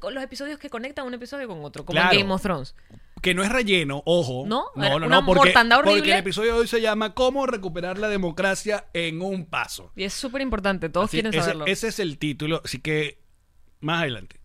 con los episodios que conectan un episodio con otro, como en
Claro.
Game of Thrones.
Que no es relleno, ojo.
No,
no, no,
una
no, porque,
mortandad horrible.
porque el episodio de hoy se llama ¿Cómo recuperar la democracia en un paso?
Y es súper importante, todos
Así,
quieren
ese,
saberlo.
ese es el título, así que más adelante.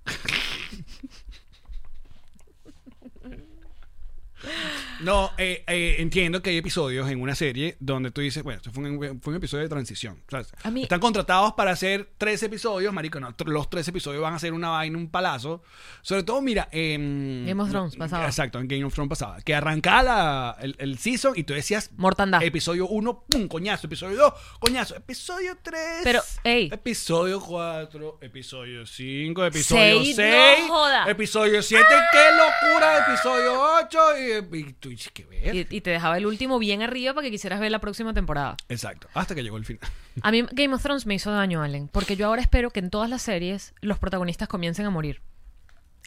No, eh, eh, entiendo que hay episodios en una serie donde tú dices, bueno, esto fue un, fue un episodio de transición. O sea,
A mí-
Están contratados para hacer tres episodios, marico, no, tr- los tres episodios van a ser una vaina, un palazo. Sobre todo, mira, em,
Game of Thrones pasaba.
Exacto, en Game of Thrones pasaba. Que arrancaba la- el, el season y tú decías,
Mortandad.
Episodio 1, pum, coñazo. Episodio 2, coñazo. Episodio 3.
Pero, ey.
Episodio 4, episodio 5, episodio
Seis,
6.
no joda. Ah.
Episodio 7, qué locura. Episodio 8. Y, y tú dices, qué ver.
Y, y te dejaba el último bien arriba para que quisieras ver la próxima temporada.
Exacto, hasta que llegó el final.
A mí Game of Thrones me hizo daño, Allen, porque yo ahora espero que en todas las series los protagonistas comiencen a morir.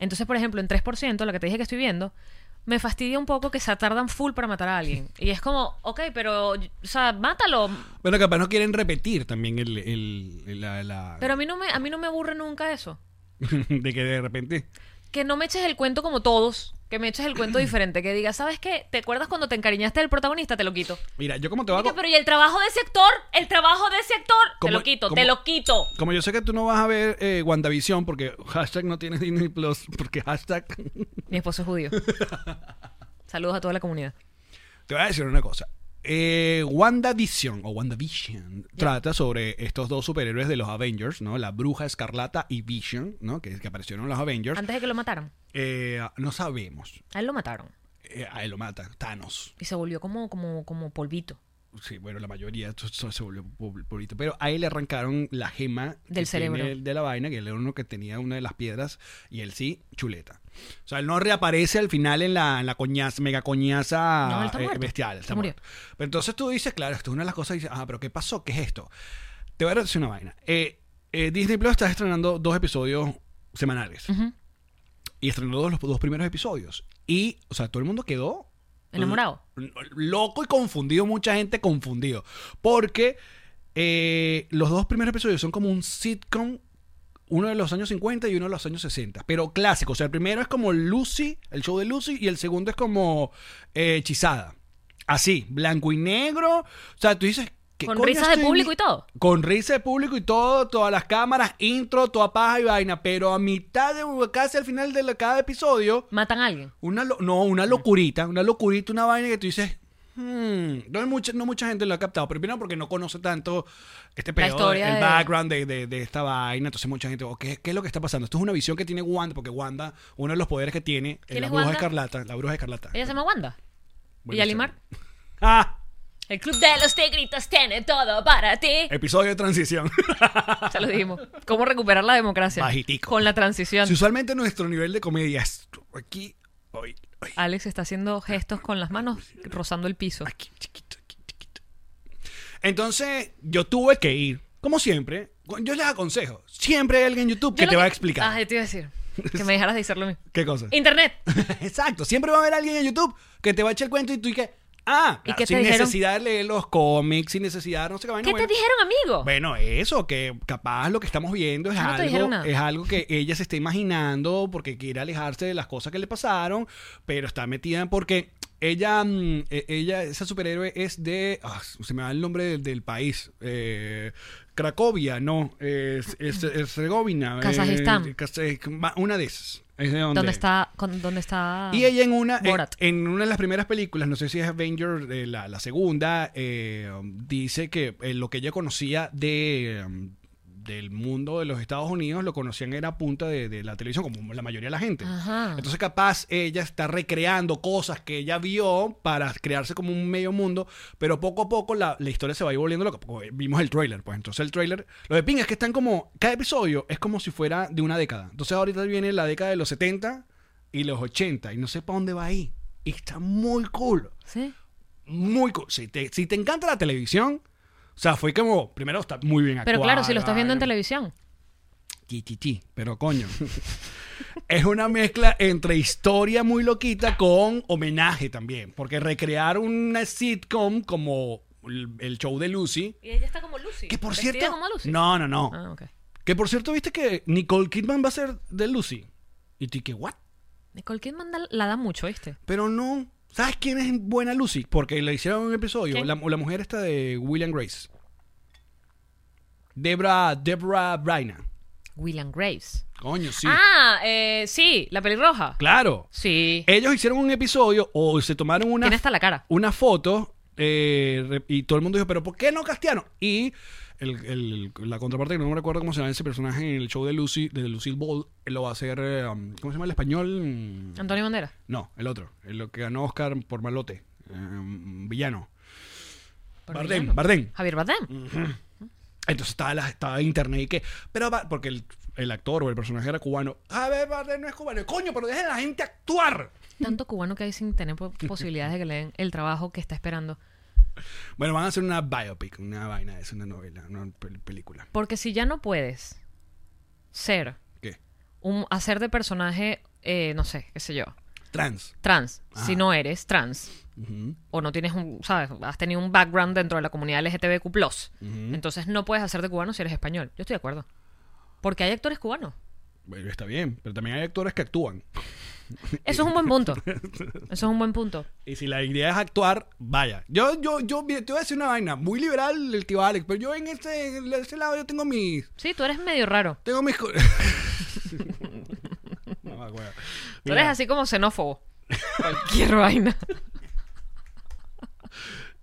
Entonces, por ejemplo, en 3%, la que te dije que estoy viendo, me fastidia un poco que se tardan full para matar a alguien. Y es como, ok, pero, o sea, mátalo.
Bueno, capaz no quieren repetir también el. el- el- la, la-
Pero a mí no me, a mí no me aburre nunca eso.
de que de repente.
Que no me eches el cuento como todos, que me eches el cuento diferente, que digas, ¿sabes qué? ¿Te acuerdas cuando te encariñaste del protagonista? Te lo quito.
Mira, yo como te voy a.
Oye, pero ¿y el trabajo de ese actor? El trabajo de ese actor. Te
¿Cómo-
lo quito,
cómo-
te lo quito.
Como yo sé que tú no vas a ver eh, WandaVision porque hashtag no tienes Disney Plus, porque hashtag.
Mi esposo es judío. Saludos a toda la comunidad.
Te voy a decir una cosa. Eh, WandaVision o WandaVision trata sobre estos dos superhéroes de los Avengers, ¿no? La bruja escarlata y Vision, ¿no? Que, que aparecieron en los Avengers.
Antes de que lo mataran.
Eh, no sabemos.
A él lo mataron.
Eh, a él lo mata, Thanos.
Y se volvió como, como, como polvito.
Sí, bueno, la mayoría esto- esto se volvió pub- público. Pero a él le arrancaron la gema
Del
que
cerebro.
tiene el- de la vaina, que él era uno que tenía una de las piedras, y él sí, chuleta. O sea, él no reaparece al final en la, en la coñaza, mega coñaza
No, él está
eh,
muerto.
bestial.
Se
Está
murió.
muerto. Pero entonces tú dices, claro, esto es una de las cosas, y dices, ah, pero ¿qué pasó? ¿Qué es esto? Te voy a decir una vaina. Eh, eh, Disney Plus está estrenando dos episodios semanales.
Ujú.
Y estrenó dos- los dos primeros episodios. Y, o sea, todo el mundo quedó
Enamorado.
loco y confundido, mucha gente confundido. Porque eh, los dos primeros episodios son como un sitcom, uno de los años 50 y uno de los años 60, pero clásico. O sea, el primero es como Lucy, el show de Lucy, y el segundo es como eh, Hechizada. Así, blanco y negro. O sea, tú dices... ¿qué
Con
coño
risas de
estoy
público
vi-
y todo.
Con risa de público y todo, todas las cámaras, intro, toda paja y vaina. Pero a mitad de casi al final de la- cada episodio,
Matan a alguien.
una lo- no, una locurita, una locurita, una vaina que tú dices, hmm, no, hay mucha, no mucha gente lo ha captado. Primero porque no conoce tanto este pedo,
historia
el
de-
background de, de- de esta vaina. Entonces mucha gente, oh, ¿qué, ¿qué es lo que está pasando? Esto es una visión que tiene Wanda, porque Wanda, uno de los poderes que tiene es
¿Quién
la
es
bruja
Wanda? Eh.
escarlata. La bruja escarlata.
Ella se llama Wanda.
Bueno,
¿Y Alimar?
sí. Ah,
El club de los tigritos tiene todo para ti.
episodio de transición.
Ya lo dijimos. ¿Cómo recuperar la democracia?
Bajitico.
Con la transición.
si usualmente nuestro nivel de comedia es aquí, hoy, hoy,
Alex está haciendo gestos con las manos rozando el piso.
aquí, chiquito, aquí, chiquito. Entonces, yo tuve que ir, como siempre. Yo les aconsejo, siempre hay alguien en YouTube que
Yo
te
lo
va a explicar.
Ah, yo te iba a decir. Que me dejaras de decirlo a mí.
¿Qué cosa?
Internet.
Exacto, siempre va a haber alguien en YouTube que te va a echar el cuento y tú y que, Ah,
¿Y
claro,
qué te
sin
dijeron?
necesidad de leer los cómics, sin necesidad de no sé qué vaina.
¿Qué te
bueno.
dijeron, amigo?
Bueno, eso, que capaz lo que estamos viendo es,
Ah, no te dijeron
algo,
nada.
es algo que ella se está imaginando porque quiere alejarse de las cosas que le pasaron, pero está metida en- porque ella, mm, e- ella, esa superhéroe es de, ah, se me va el nombre del, del país, eh, Cracovia, no, es, es, es Herzegovina, eh,
Kazajistán.
Kazaj- una de esas. es de donde
¿Dónde está? con- ¿Dónde está?
y ella en una, en,
Ah. Borat.
en una de las primeras películas, no sé si es Avenger, eh, la, la segunda, eh, dice que eh, lo que ella conocía de um, del mundo de los Estados Unidos lo conocían era a punta de, de la televisión, como la mayoría de la gente.
Ajá.
Entonces capaz ella está recreando cosas que ella vio para crearse como un medio mundo, pero poco a poco la, la historia se va a ir volviendo loca. porque Vimos el tráiler, pues entonces el tráiler, lo de ping es que están como, cada episodio es como si fuera de una década. Entonces ahorita viene la década de los 70 y los 80 y no sé para dónde va ahí. Y está muy cool,
¿Sí?
muy cool. Si te, si te encanta la televisión, o sea, fue como, primero está muy bien
Pero claro, si lo estás viendo en
televisión
televisión.
Ti, ti, ti. pero coño. es una mezcla entre historia muy loquita con homenaje también. Porque recrear una sitcom como el el show de Lucy.
Y ella está como Lucy.
Que por
vestida
cierto.
como Lucy.
No, no, no.
Ah, ok.
Que por cierto, viste que Nicole Kidman va a ser de Lucy. Y tú, ¿qué? ¿What?
Nicole Kidman da- la da mucho, ¿viste?
Pero no. ¿Sabes quién es buena Lucy? Porque le hicieron un episodio.
¿Quién?
La, la mujer esta de William Grace. Debra, Debra Brina.
William Graves.
Coño, sí.
Ah, eh, sí, la pelirroja.
Claro.
Sí.
Ellos hicieron un episodio o se tomaron una,
Tiene hasta la cara.
una foto eh, re- y todo el mundo dijo, pero ¿por qué no castiano? Y el- el- la contraparte, que no me recuerdo cómo se llama ese personaje en el show de Lucy, de Lucille Ball, lo va a hacer, eh, um, ¿cómo se llama el español? Mm,
Antonio Bandera.
No, el otro, el que ganó Oscar por Malote, eh, un villano.
Por
Bardem,
villano.
Bardem.
Javier Bardem.
Mm. Entonces estaba, la, estaba internet y que, pero va- porque el, el actor o el personaje era cubano. A ver, Bardem no es cubano. Coño, pero dejen a la gente actuar.
Tanto cubano que hay sin tener po- posibilidades de que le den el trabajo que está esperando.
Bueno, van a hacer una biopic, una vaina, es una novela, una pel- película.
Porque si ya no puedes ser,
¿Qué?
un, hacer de personaje, eh, no sé, qué sé yo,
Trans.
trans,
Ajá.
si no eres trans,
Ujú.
o no tienes un, sabes, has tenido un background dentro de la comunidad LGTBQ+, entonces no puedes hacer de cubano si eres español. Yo estoy de acuerdo. Porque hay actores cubanos.
Bueno, está bien, pero también hay actores que actúan.
Eso es un buen punto. Eso es un buen punto.
Y si la idea es actuar, vaya. Yo, yo, yo, mira, te voy a decir una vaina, muy liberal el tío Alex, pero yo en ese, en ese lado yo tengo mis,
Sí, tú eres medio raro.
tengo mis... co- no me acuerdo.
Tú
Mira,
eres así como xenófobo. Cualquier vaina.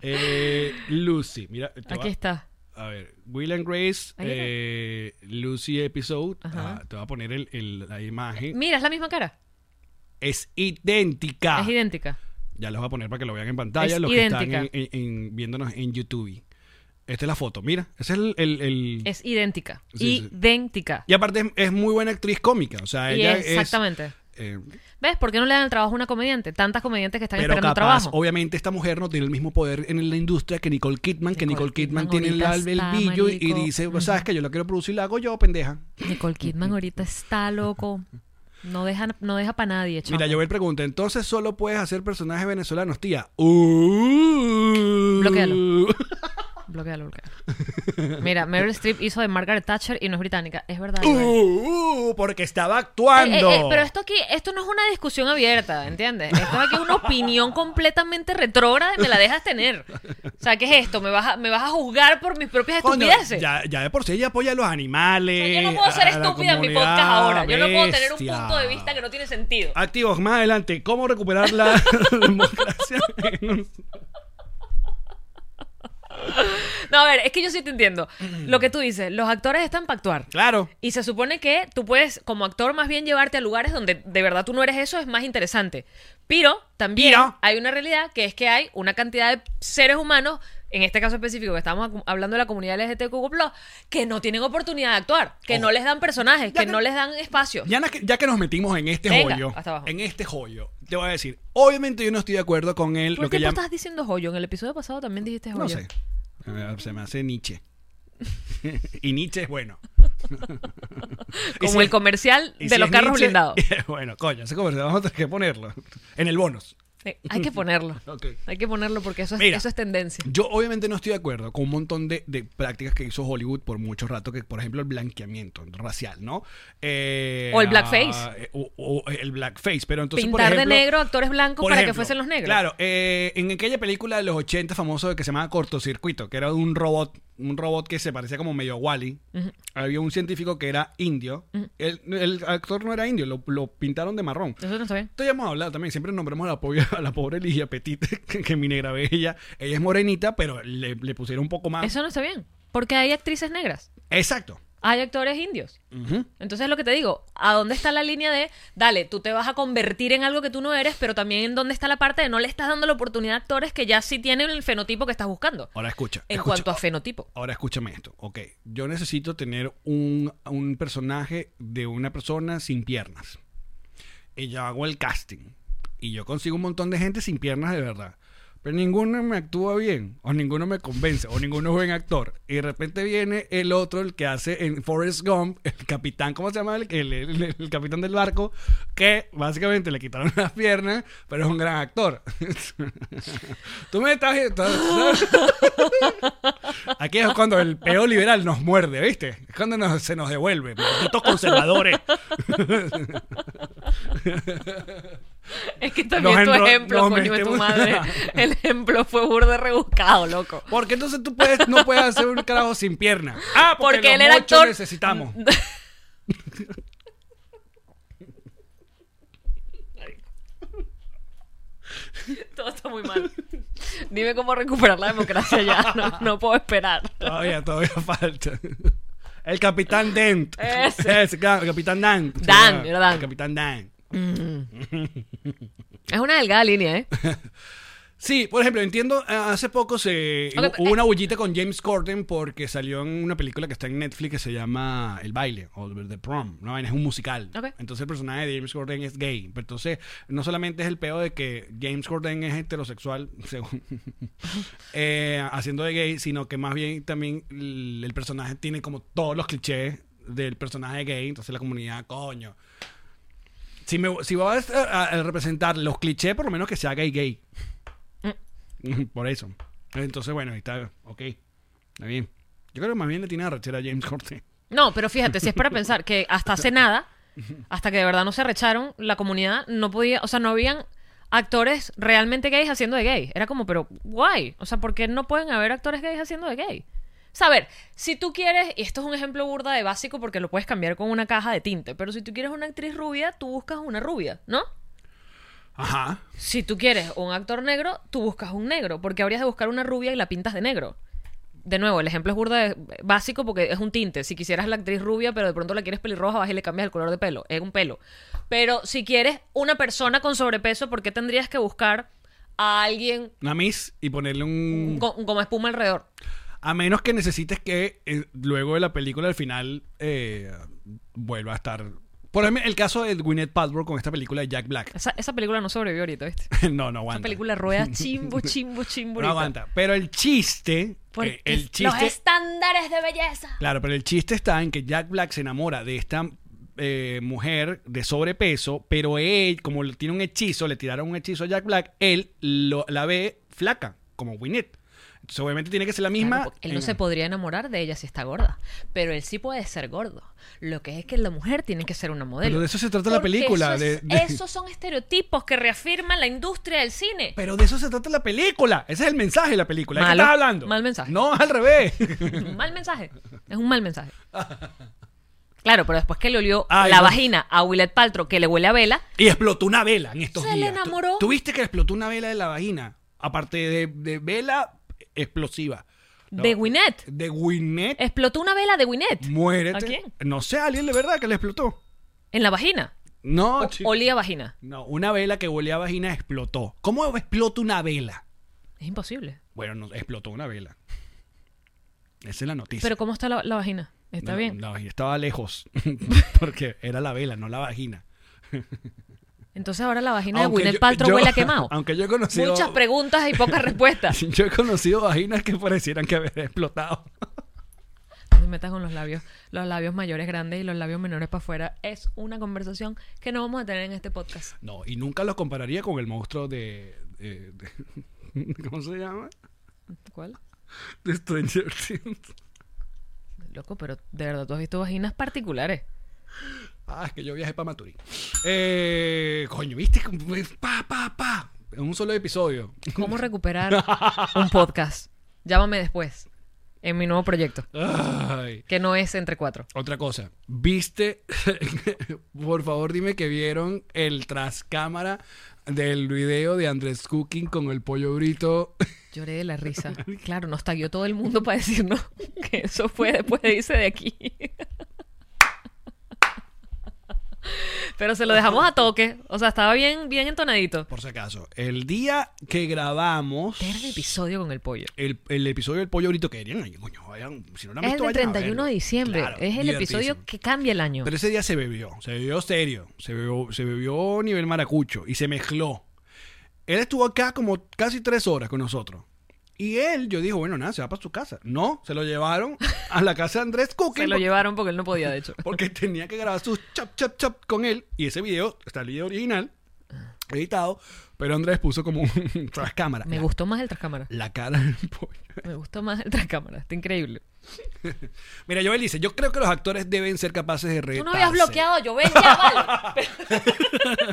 eh, Lucy, mira. te
Aquí
va-
está.
A ver, Will and Grace,
Ahí está.
eh, Lucy Episode.
Ajá.
Ah, te voy a poner el- el- la imagen.
Mira, es la misma cara.
Es idéntica.
Es idéntica.
Ya los voy a poner para que lo vean en pantalla,
Es
los que
idéntica.
están en- en- en- viéndonos en YouTube. Esta es la foto, mira. Ese es el... el- el-
Es idéntica.
Sí, sí.
idéntica.
Y aparte es, es muy buena actriz cómica. O sea,
Y
ella
es-
es...
exactamente.
eh,
¿Ves? ¿Por qué no le dan el trabajo a una comediante? Tantas comediantes que están
pero
esperando
capaz,
trabajo.
obviamente, esta mujer no tiene el mismo poder en la industria que Nicole Kidman, que
Nicole
Nicole Kidman,
Kidman
tiene el,
ahorita
el
está,
billo y- y
marico.
dice, "Pues, ¿sabes que Yo la quiero producir, la hago yo, pendeja.
Nicole Kidman ahorita está loco. No deja, no deja para nadie, chamo.
Mira, yo le pregunta, entonces solo puedes hacer personajes venezolanos, tía. Uh.
Bloquéalo. Bloquealo, bloquealo. Mira, Meryl Streep hizo de Margaret Thatcher y no es británica. Es verdad. Iván.
Uh, porque estaba
Eh, eh,
actuando.
eh, pero esto aquí, esto no es una discusión abierta, ¿entiendes? Esto aquí es una opinión completamente retrógrada y me la dejas tener. O sea, ¿qué es esto? ¿Me vas a, me vas a juzgar por mis propias
Coño,
estupideces?
ya, ya de por sí ella apoya a los animales.
O sea, yo no puedo ser
a la
estúpida en mi
comunidad,
podcast ahora. Yo no puedo tener un
bestia.
punto de vista que no tiene sentido.
Activos, más adelante, ¿cómo recuperar la democracia? en un-
No, a ver, es que yo sí te entiendo. Lo que tú dices, los actores están para actuar.
Ah. claro.
Y se supone que tú puedes, como actor, más bien llevarte a lugares donde de verdad tú no eres eso, es más interesante. Pero también
Pero-
hay una realidad que es que hay una cantidad de seres humanos, en este caso específico, que estamos acu- hablando de la comunidad LGTBQ, que no tienen oportunidad de actuar, que no les dan personajes,
Ya
que
que-
no les dan espacio.
Ya, na- ya que nos metimos en este
Venga,
joyo,
hasta abajo.
en este joyo, te voy a decir, obviamente yo no estoy de acuerdo con él,
¿Por
lo
qué
que
tú
llama-
estás diciendo joyo? En el episodio pasado también dijiste joyo.
No sé. Eh, Se me hace Nietzsche. y Nietzsche es bueno. Y
Como
si
el
es-
comercial
y
de
si
los
es
carros
Nietzsche-
blindados.
bueno, coño, ese comercial vamos a tener que ponerlo en el bonus.
Eh, Hay que ponerlo.
Ok.
Hay que ponerlo porque eso es,
Mira.
eso es tendencia.
Yo obviamente no estoy de acuerdo con un montón de, de prácticas que hizo Hollywood por mucho rato, que por ejemplo el blanqueamiento racial, ¿no? Eh,
O el blackface.
ah, eh, o, o el blackface, pero entonces... por
Pintar
ejemplo,
de negro actores blancos
por
para que
ejemplo,
fuesen los negros.
Claro, eh, en aquella película de los 80 famoso que se llamaba Cortocircuito, que era un robot, un robot que se parecía como medio a Wally, había un científico que era indio, el, el actor no era indio, lo, lo pintaron de marrón.
Eso no está bien.
Esto ya hemos hablado también, siempre nombramos a la, pobre, a la pobre Ligia Petit, que, que mi negra bella, ella es morenita, pero le, le pusieron un poco más.
Eso no está bien. Porque hay actrices negras.
Exacto.
Hay actores indios.
Ujú.
Entonces lo que te digo, ¿a dónde está la línea de, dale, tú te vas a convertir en algo que tú no eres, pero también en dónde está la parte de no le estás dando la oportunidad a actores que ya sí tienen el fenotipo que estás buscando?
Ahora escucha.
En
escucha.
cuanto a fenotipo.
Ahora escúchame esto, ok. Yo necesito tener un, un personaje de una persona sin piernas. Y yo hago el casting. Y yo consigo un montón de gente sin piernas de verdad. Pero ninguno me actúa bien, o ninguno me convence, o ninguno es buen actor. Y de repente viene el otro, el que hace en Forrest Gump, el capitán, ¿cómo se llama? El, el- el- el capitán del barco, que básicamente le quitaron las piernas, pero es un gran actor. Tú me estás... estás- Aquí es cuando el peo liberal nos muerde, ¿viste? Es cuando nos- se nos devuelve. Malditos conservadores.
Es que también
Los
tu
enro-
ejemplo,
los
coño de tu
metemos-
madre, el ejemplo fue burde rebuscado, loco.
Porque entonces tú puedes, no puedes hacer un carajo sin pierna. Ah, porque,
Porque
los
él era
mochos
actor.
necesitamos.
Todo está muy mal. Dime cómo recuperar la democracia ya, no, no puedo esperar.
Todavía, todavía falta. El capitán Dent.
Ese.
Ese, claro, el capitán Dan.
Dan, era Dan.
El capitán Dan.
Es una delgada línea, ¿eh?
Sí, por ejemplo, entiendo, eh, hace poco se
Ok,
hubo
eh.
una bullita con James Corden porque salió en una película que está en Netflix que se llama El baile o The Prom, ¿no? es un musical.
Ok.
Entonces el personaje de James Corden es gay, pero entonces no solamente es el peo de que James Corden es heterosexual, según eh, haciendo de gay, sino que más bien también l- el personaje tiene como todos los clichés del personaje gay, entonces la comunidad, coño. Si, me, si vas a, a- a representar los clichés, por lo menos que sea gay gay. Por eso. Entonces, bueno, ahí está. Ok. Está bien. Yo creo que más bien le tiene a rechera a James Corden.
No, pero fíjate, si es para pensar que hasta hace nada, hasta que de verdad no se recharon, la comunidad no podía, o sea, no habían actores realmente gays haciendo de gay. Era como, pero guay, o sea, ¿por qué no pueden haber actores gays haciendo de gay? O sea, a ver, si tú quieres, y esto es un ejemplo burda de básico porque lo puedes cambiar con una caja de tinte, pero si tú quieres una actriz rubia, tú buscas una rubia, ¿no?
Ajá.
Si tú quieres un actor negro, tú buscas un negro, porque habrías de buscar una rubia y la pintas de negro. De nuevo, el ejemplo es burda de- básico porque es un tinte. Si quisieras la actriz rubia, pero de pronto la quieres pelirroja, vas y le cambias el color de pelo. Es un pelo. Pero si quieres una persona con sobrepeso, ¿por qué tendrías que buscar a alguien
Una Miss y ponerle un.
con, como espuma alrededor?
A menos que necesites que eh, luego de la película al final eh, vuelva a estar. Por ejemplo, el caso de Gwyneth Paltrow con esta película de Jack Black.
Esa, esa película no sobrevivió ahorita, ¿viste?
no, no aguanta.
Esa película rueda chimbo, chimbo, chimbo.
no
ahorita.
aguanta. Pero el chiste.
Porque
eh, el
los
chiste.
estándares de belleza.
Claro, pero el chiste está en que Jack Black se enamora de esta eh, mujer de sobrepeso, pero él, como le- tiene un hechizo, le tiraron un hechizo a Jack Black, él lo- la ve flaca, como Winnet. Entonces, obviamente tiene que ser la misma.
Claro, porque él no
en-
se podría enamorar de ella si está gorda, pero él sí puede ser gordo. Lo que es que la mujer tiene que ser una modelo.
Pero de eso se trata la
Porque
película,
eso
de-
es-
de-
Esos son estereotipos que reafirman la industria del cine.
Pero de eso se trata la película. Ese es el mensaje de la película. ¿De qué
Malo.
estás hablando?
Mal mensaje.
No, al revés.
un mal mensaje. Es un mal mensaje. Claro, pero después que le olió
Ay,
la
no.
vagina a Willett Paltrow, que le huele a vela,
y explotó una vela en estos
Se
días.
le enamoró.
¿Tuviste que explotó una vela de la vagina? Aparte de, de vela explosiva. No.
de Winnet.
De Winnet.
Explotó una vela de Winnet
Muérete.
¿A quién?
No sé, a alguien de verdad que le explotó.
en la vagina.
No,
O-
chico.
olía a vagina.
No, una vela que huele a vagina explotó. ¿Cómo explota una vela?
Es imposible.
Bueno, no, explotó una vela. Esa es la noticia.
Pero ¿cómo está la, la vagina? Está
No,
bien.
La vagina estaba lejos. porque era la vela, no la vagina.
Entonces ahora la vagina
Aunque
de Winnet
yo-
Paltrow
yo-
huele a quemado.
Aunque yo he conocido.
Muchas preguntas y pocas respuestas.
Yo he conocido vaginas que parecieran que haber explotado.
no te metas con los labios, los labios mayores grandes y los labios menores para afuera. Es una conversación que no vamos a tener en este podcast.
No, y nunca los compararía con el monstruo de. eh, de- ¿Cómo se llama?
¿Cuál?
De Stranger Things.
Loco, pero de verdad, tú has visto vaginas particulares.
Ah, es que yo viajé para Maturín. Eh, coño, ¿viste? Pa, pa, pa. En un solo episodio.
¿Cómo recuperar un podcast? Llámame después en mi nuevo proyecto,
Ay.
que no es entre cuatro.
Otra cosa, ¿viste? Por favor, dime que vieron el trascámara del video de Andrés Cooking con el pollo brito.
Lloré de la risa. Claro, nos taguió todo el mundo para decirnos que eso fue después de irse de aquí. Pero se lo dejamos a toque. O sea, estaba bien, bien entonadito.
Por si acaso, el día que grabamos
Tercer episodio con el pollo.
el, el episodio del pollo brito que dirían, "Ay, coño, vayan, si no lo han
Es el
visto,
del
vayan a
31 de
verlo".
diciembre.
Claro,
es el episodio
divertidísimo.
que cambia el año.
Pero ese día se bebió, se bebió serio, se bebió, se bebió nivel maracucho y se mezcló. Él estuvo acá como casi tres horas con nosotros. Y él, yo digo, bueno, nada, se va para su casa. No, se lo llevaron a la casa de Andrés Cooking.
Se lo
porque-
llevaron porque él no podía, de hecho.
porque tenía que grabar sus chop, chop, chop con él. Y ese video está el video original, editado, pero Andrés puso como un tras cámara.
Me
la,
gustó más el tras cámara.
la cara del pollo.
Me gustó más el tras cámara. Está increíble.
Mira, Joel dice: Yo creo que los actores deben ser capaces de retar.
Tú no habías bloqueado, yo ven ya,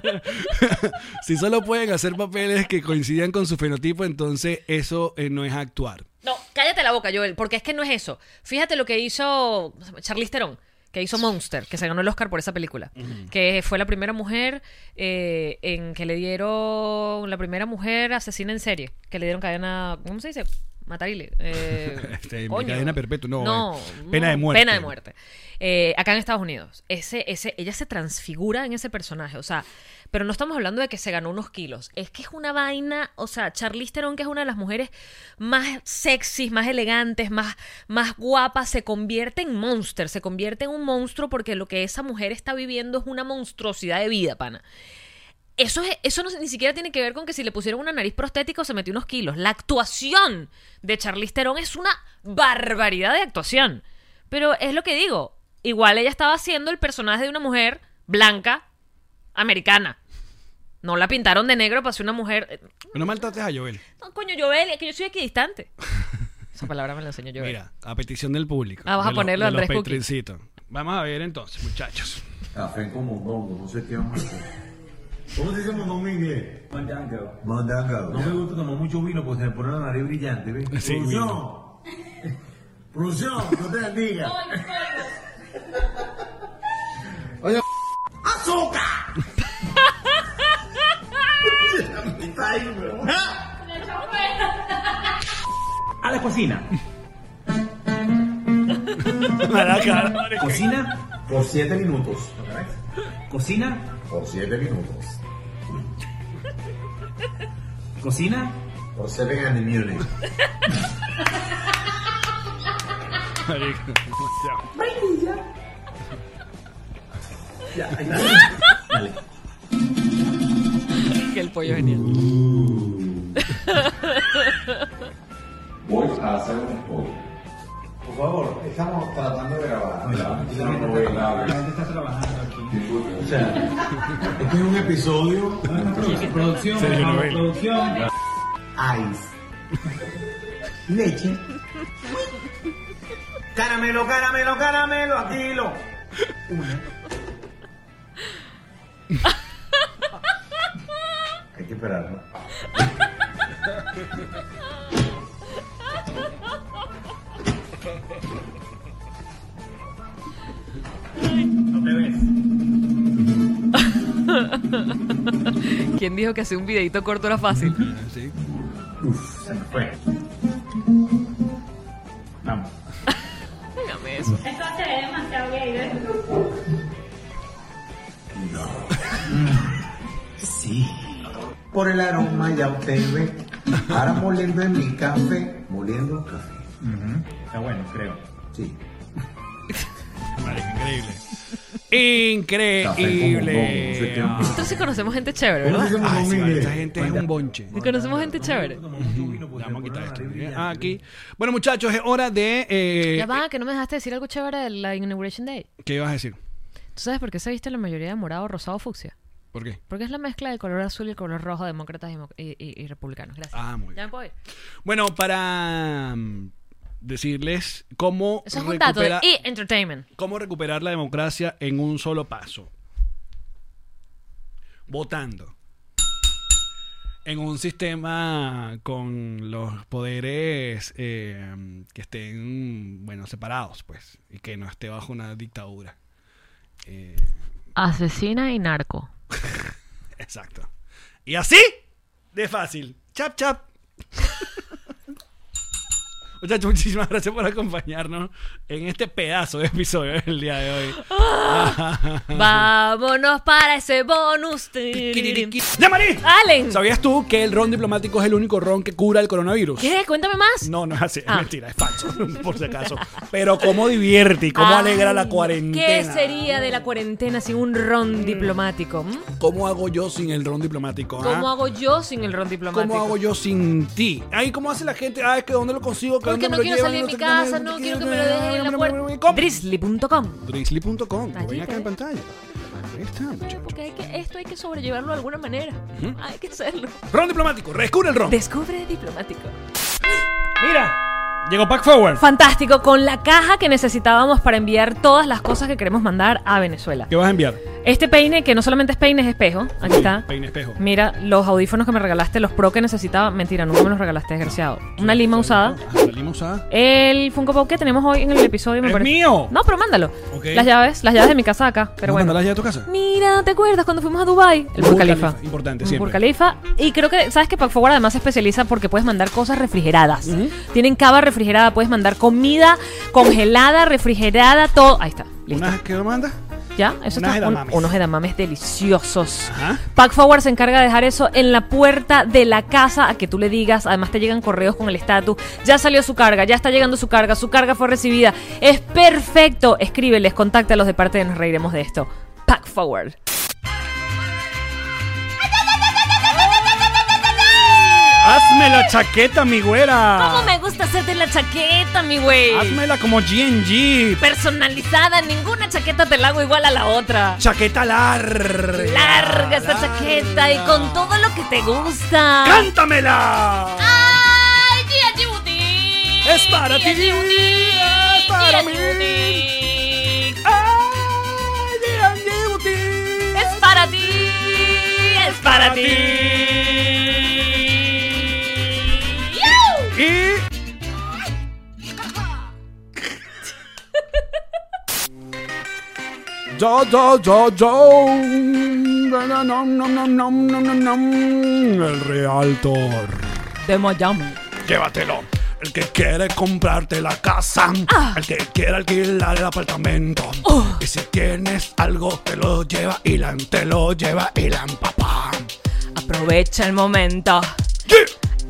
vale.
Si solo pueden hacer papeles que coincidan con su fenotipo, entonces eso eh, no es actuar.
No, cállate la boca, Joel, porque es que no es eso. Fíjate lo que hizo Charlize Theron, que hizo Monster, que se ganó el Oscar por esa película, que fue la primera mujer eh, en que le dieron la primera mujer asesina en serie, que le dieron cadena, ¿cómo se dice? Matarile. eh,
Este,
coño.
cadena perpetua, no,
no,
eh, pena de muerte.
Pena de muerte. Eh, acá en Estados Unidos. Ese, ese, ella se transfigura en ese personaje. O sea, pero no estamos hablando de que se ganó unos kilos. Es que es una vaina. O sea, Charlize Theron, que es una de las mujeres más sexys, más elegantes, más, más guapas, se convierte en monster. Se convierte en un monstruo porque lo que esa mujer está viviendo es una monstruosidad de vida, pana. Eso, es- eso no, ni siquiera tiene que ver con que si le pusieron una nariz prostética o se metió unos kilos. La actuación de Charlize Theron es una barbaridad de actuación. Pero es lo que digo. Igual ella estaba haciendo el personaje de una mujer blanca americana. No la pintaron de negro para ser una mujer. eh,
No maltrates a Joel.
No, coño, Joel, es que yo soy equidistante. Esa palabra me la enseñó eh. Joel.
Mira, a petición del público.
Ah, vas a
de los-
ponerlo
de
a
los
Andrés Cooking.
patroncitos. Vamos a ver entonces, muchachos.
Café con mondongo, no sé qué vamos a hacer. ¿Cómo se dice mondongo en inglés? Mandanga. Mandanga. No me gusta tomar mucho vino porque se me pone la nariz brillante, ¿ves?
Sí,
Producción.
vino.
Producción, no te bendiga. Oye, ¡azúcar! Está ahí, bro.
A la cocina. Cocina
Por siete minutos.
Cocina,
Por siete minutos.
cocina,
Por seven and a minute.
Marico, ya.
Ya, ahí está. Dale.
Que el pollo venía.
Voy a hacer un spoiler.
Por favor, estamos tratando de grabar.
Yo no voy a hablar.
gente está trabajando aquí.
O sea, este es un episodio
Producción,
Sergio
por favor,
Noel.
producción.
ice. Leche. Caramelo, caramelo, caramelo, aquilo. Hay que esperar, ¿no?
No te ves.
¿Quién dijo que hacer un videito corto era fácil?
Sí.
Uf, se me fue. Vamos.
Dígame eso.
Sí. Por el aroma ya usted ve. Ahora moliendo en mi café. Moliendo café.
Está bueno, creo.
Sí.
Marico, increíble. Increíble.
Nosotros sí conocemos gente chévere,
¿Cómo
¿verdad?
dice
Ah, sí, vale,
Miguel?
esta gente es un bonche.
Sí conocemos gente chévere.
Ya vamos a quitar esto. Ah, aquí. Bueno, muchachos, es hora de. eh,
Ya va, que no me dejaste decir algo chévere de la Inauguration Day.
¿Qué ibas a decir?
¿Tú sabes por qué se viste la mayoría de morado, rosado o fucsia?
¿Por qué?
Porque es la mezcla del color azul y el color rojo, demócratas y, mo- y- y- y republicanos. Gracias.
Ah, muy
¿Ya
bien.
me puedo ir?
Bueno, para mm, decirles cómo
Eso es un dato de
recupera-
E! Entertainment.
¿Cómo recuperar la democracia en un solo paso? Votando. En un sistema con los poderes eh, que estén, bueno, separados, pues, y que no esté bajo una dictadura. Eh,
Asesina y narco.
exacto. Y así, de fácil. Chap, chap. Muchachos, muchísimas gracias por acompañarnos en este pedazo de episodio del día de hoy.
Vámonos para ese bonus.
¡Yamari!
¡Allen!
Eh, ¿Sabías tú que el ron diplomático es el único ron que cura el coronavirus?
¿Qué? Cuéntame más.
No, no es así, es
Ah.
mentira, es falso, por si acaso. Pero cómo divierte y cómo
Ay,
alegra la cuarentena.
Ah, ¿Qué sería de la cuarentena sin un ron diplomático? ¿m?
¿Cómo hago yo sin el ron diplomático? ah?
¿Cómo hago yo sin el ron diplomático?
¿Cómo hago yo sin ti? Ay, ¿cómo hace la gente? Ah, es que ¿dónde lo consigo? ¿Que
Porque
dónde
no
me lo
quiero
llevan?
salir de mi
sé qué,
casa,
sé
no
qué,
quiero que
no,
me lo dejen en la
no, no, no,
puerta. Ah,
¿cómo?
Drizzly.com.
Drizzly.com,
Allí
ven acá
te-
en pantalla. Ahí está, muchachos.
Porque hay que, esto hay que sobrellevarlo de alguna manera. Hay que hacerlo.
Ron diplomático, rescura el ron.
Descubre diplomático.
Mira, llegó Pack Forward.
Fantástico, con la caja que necesitábamos para enviar todas las cosas que queremos mandar a Venezuela.
¿Qué vas a enviar?
Este peine, que no solamente es peine, es espejo. Aquí está.
Peine espejo.
Mira, los audífonos que me regalaste, los pro que necesitaba. Mentira, nunca me los regalaste, desgraciado. Una lima usada.
Ah, la lima usada.
El Funko Pop que tenemos hoy en el episodio me
¡Es
parece.
mío!
No, pero mándalo.
Ok.
Las llaves, las llaves de mi casa de acá. Pero
¿Vamos a
bueno.
mandarlas ya a tu casa?
Mira, ¿te acuerdas cuando fuimos a Dubai? El Burj
Burj
Khalifa.
Khalifa, importante,
Un
siempre.
Burj Khalifa. Y creo que, ¿sabes que Pack Forward además se especializa porque puedes mandar cosas refrigeradas. Tienen cava refrigerada, puedes mandar comida congelada, refrigerada, todo. Ahí está. Listo.
¿Unas que lo mandas?
¿Ya? Eso
Unas
está. un-
edamames.
unos edamames deliciosos.
Ajá.
Pack Forward se encarga de dejar eso en la puerta de la casa a que tú le digas. Además, te llegan correos con el estatus. Ya salió su carga, ya está llegando su carga, su carga fue recibida. Es perfecto. Escríbeles, contáctalos de parte de Nos Reiremos de esto. Pack Forward.
¡Hazme la chaqueta, mi güera!
¿Cómo me gusta hacerte la chaqueta, mi güey?
¡Házmela como GNG!
Personalizada, ninguna chaqueta te la hago igual a la otra.
¡Chaqueta larga!
Larga esta chaqueta y con todo lo que te gusta.
¡Cántamela!
¡Ay, Gia Judy!
¡Es para
Gia
ti!
Judy,
¡Es para
Gia
mí!
Judy.
¡Ay, G&G Boutique!
¡Es para ti! ¡Es para ti!
Y... Yo, yo, yo, yo. Nom, nom, nom, nom, nom, nom, nom. El Realtor.
De Miami.
Llévatelo. El que quiere comprarte la casa. El que quiere alquilar el apartamento. Y si tienes algo, te lo lleva Ilan. Te lo lleva Ilan, papá.
Aprovecha el momento.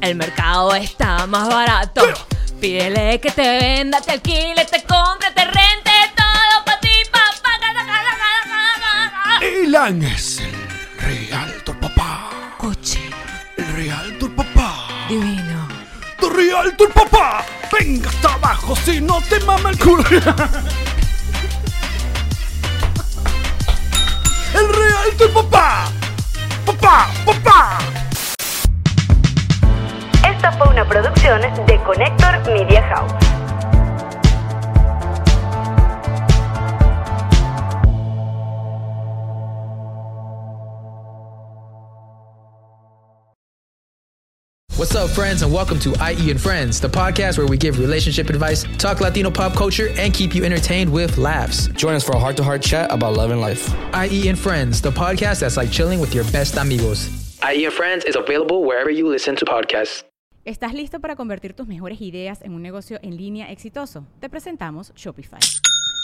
El mercado está más barato. Pídele que te venda, te alquile, te compre, te rente todo para ti, papá.
Ilan es el Realtor, papá.
Coche
El Realtor, papá.
divino.
Tu Realtor, papá. Venga hasta abajo si no te mama el culo. El Realtor, papá. Papá, papá.
Esta fue una producción de Connector Media House.
What's up, friends, and welcome to IE and Friends, the podcast where we give relationship advice, talk Latino pop culture, and keep you entertained with laughs.
Join us for a heart to heart chat about love and life.
IE and Friends, the podcast that's like chilling with your best amigos.
IE and Friends is available wherever you listen to podcasts.
¿Estás listo para convertir tus mejores ideas en un negocio en línea exitoso? Te presentamos Shopify.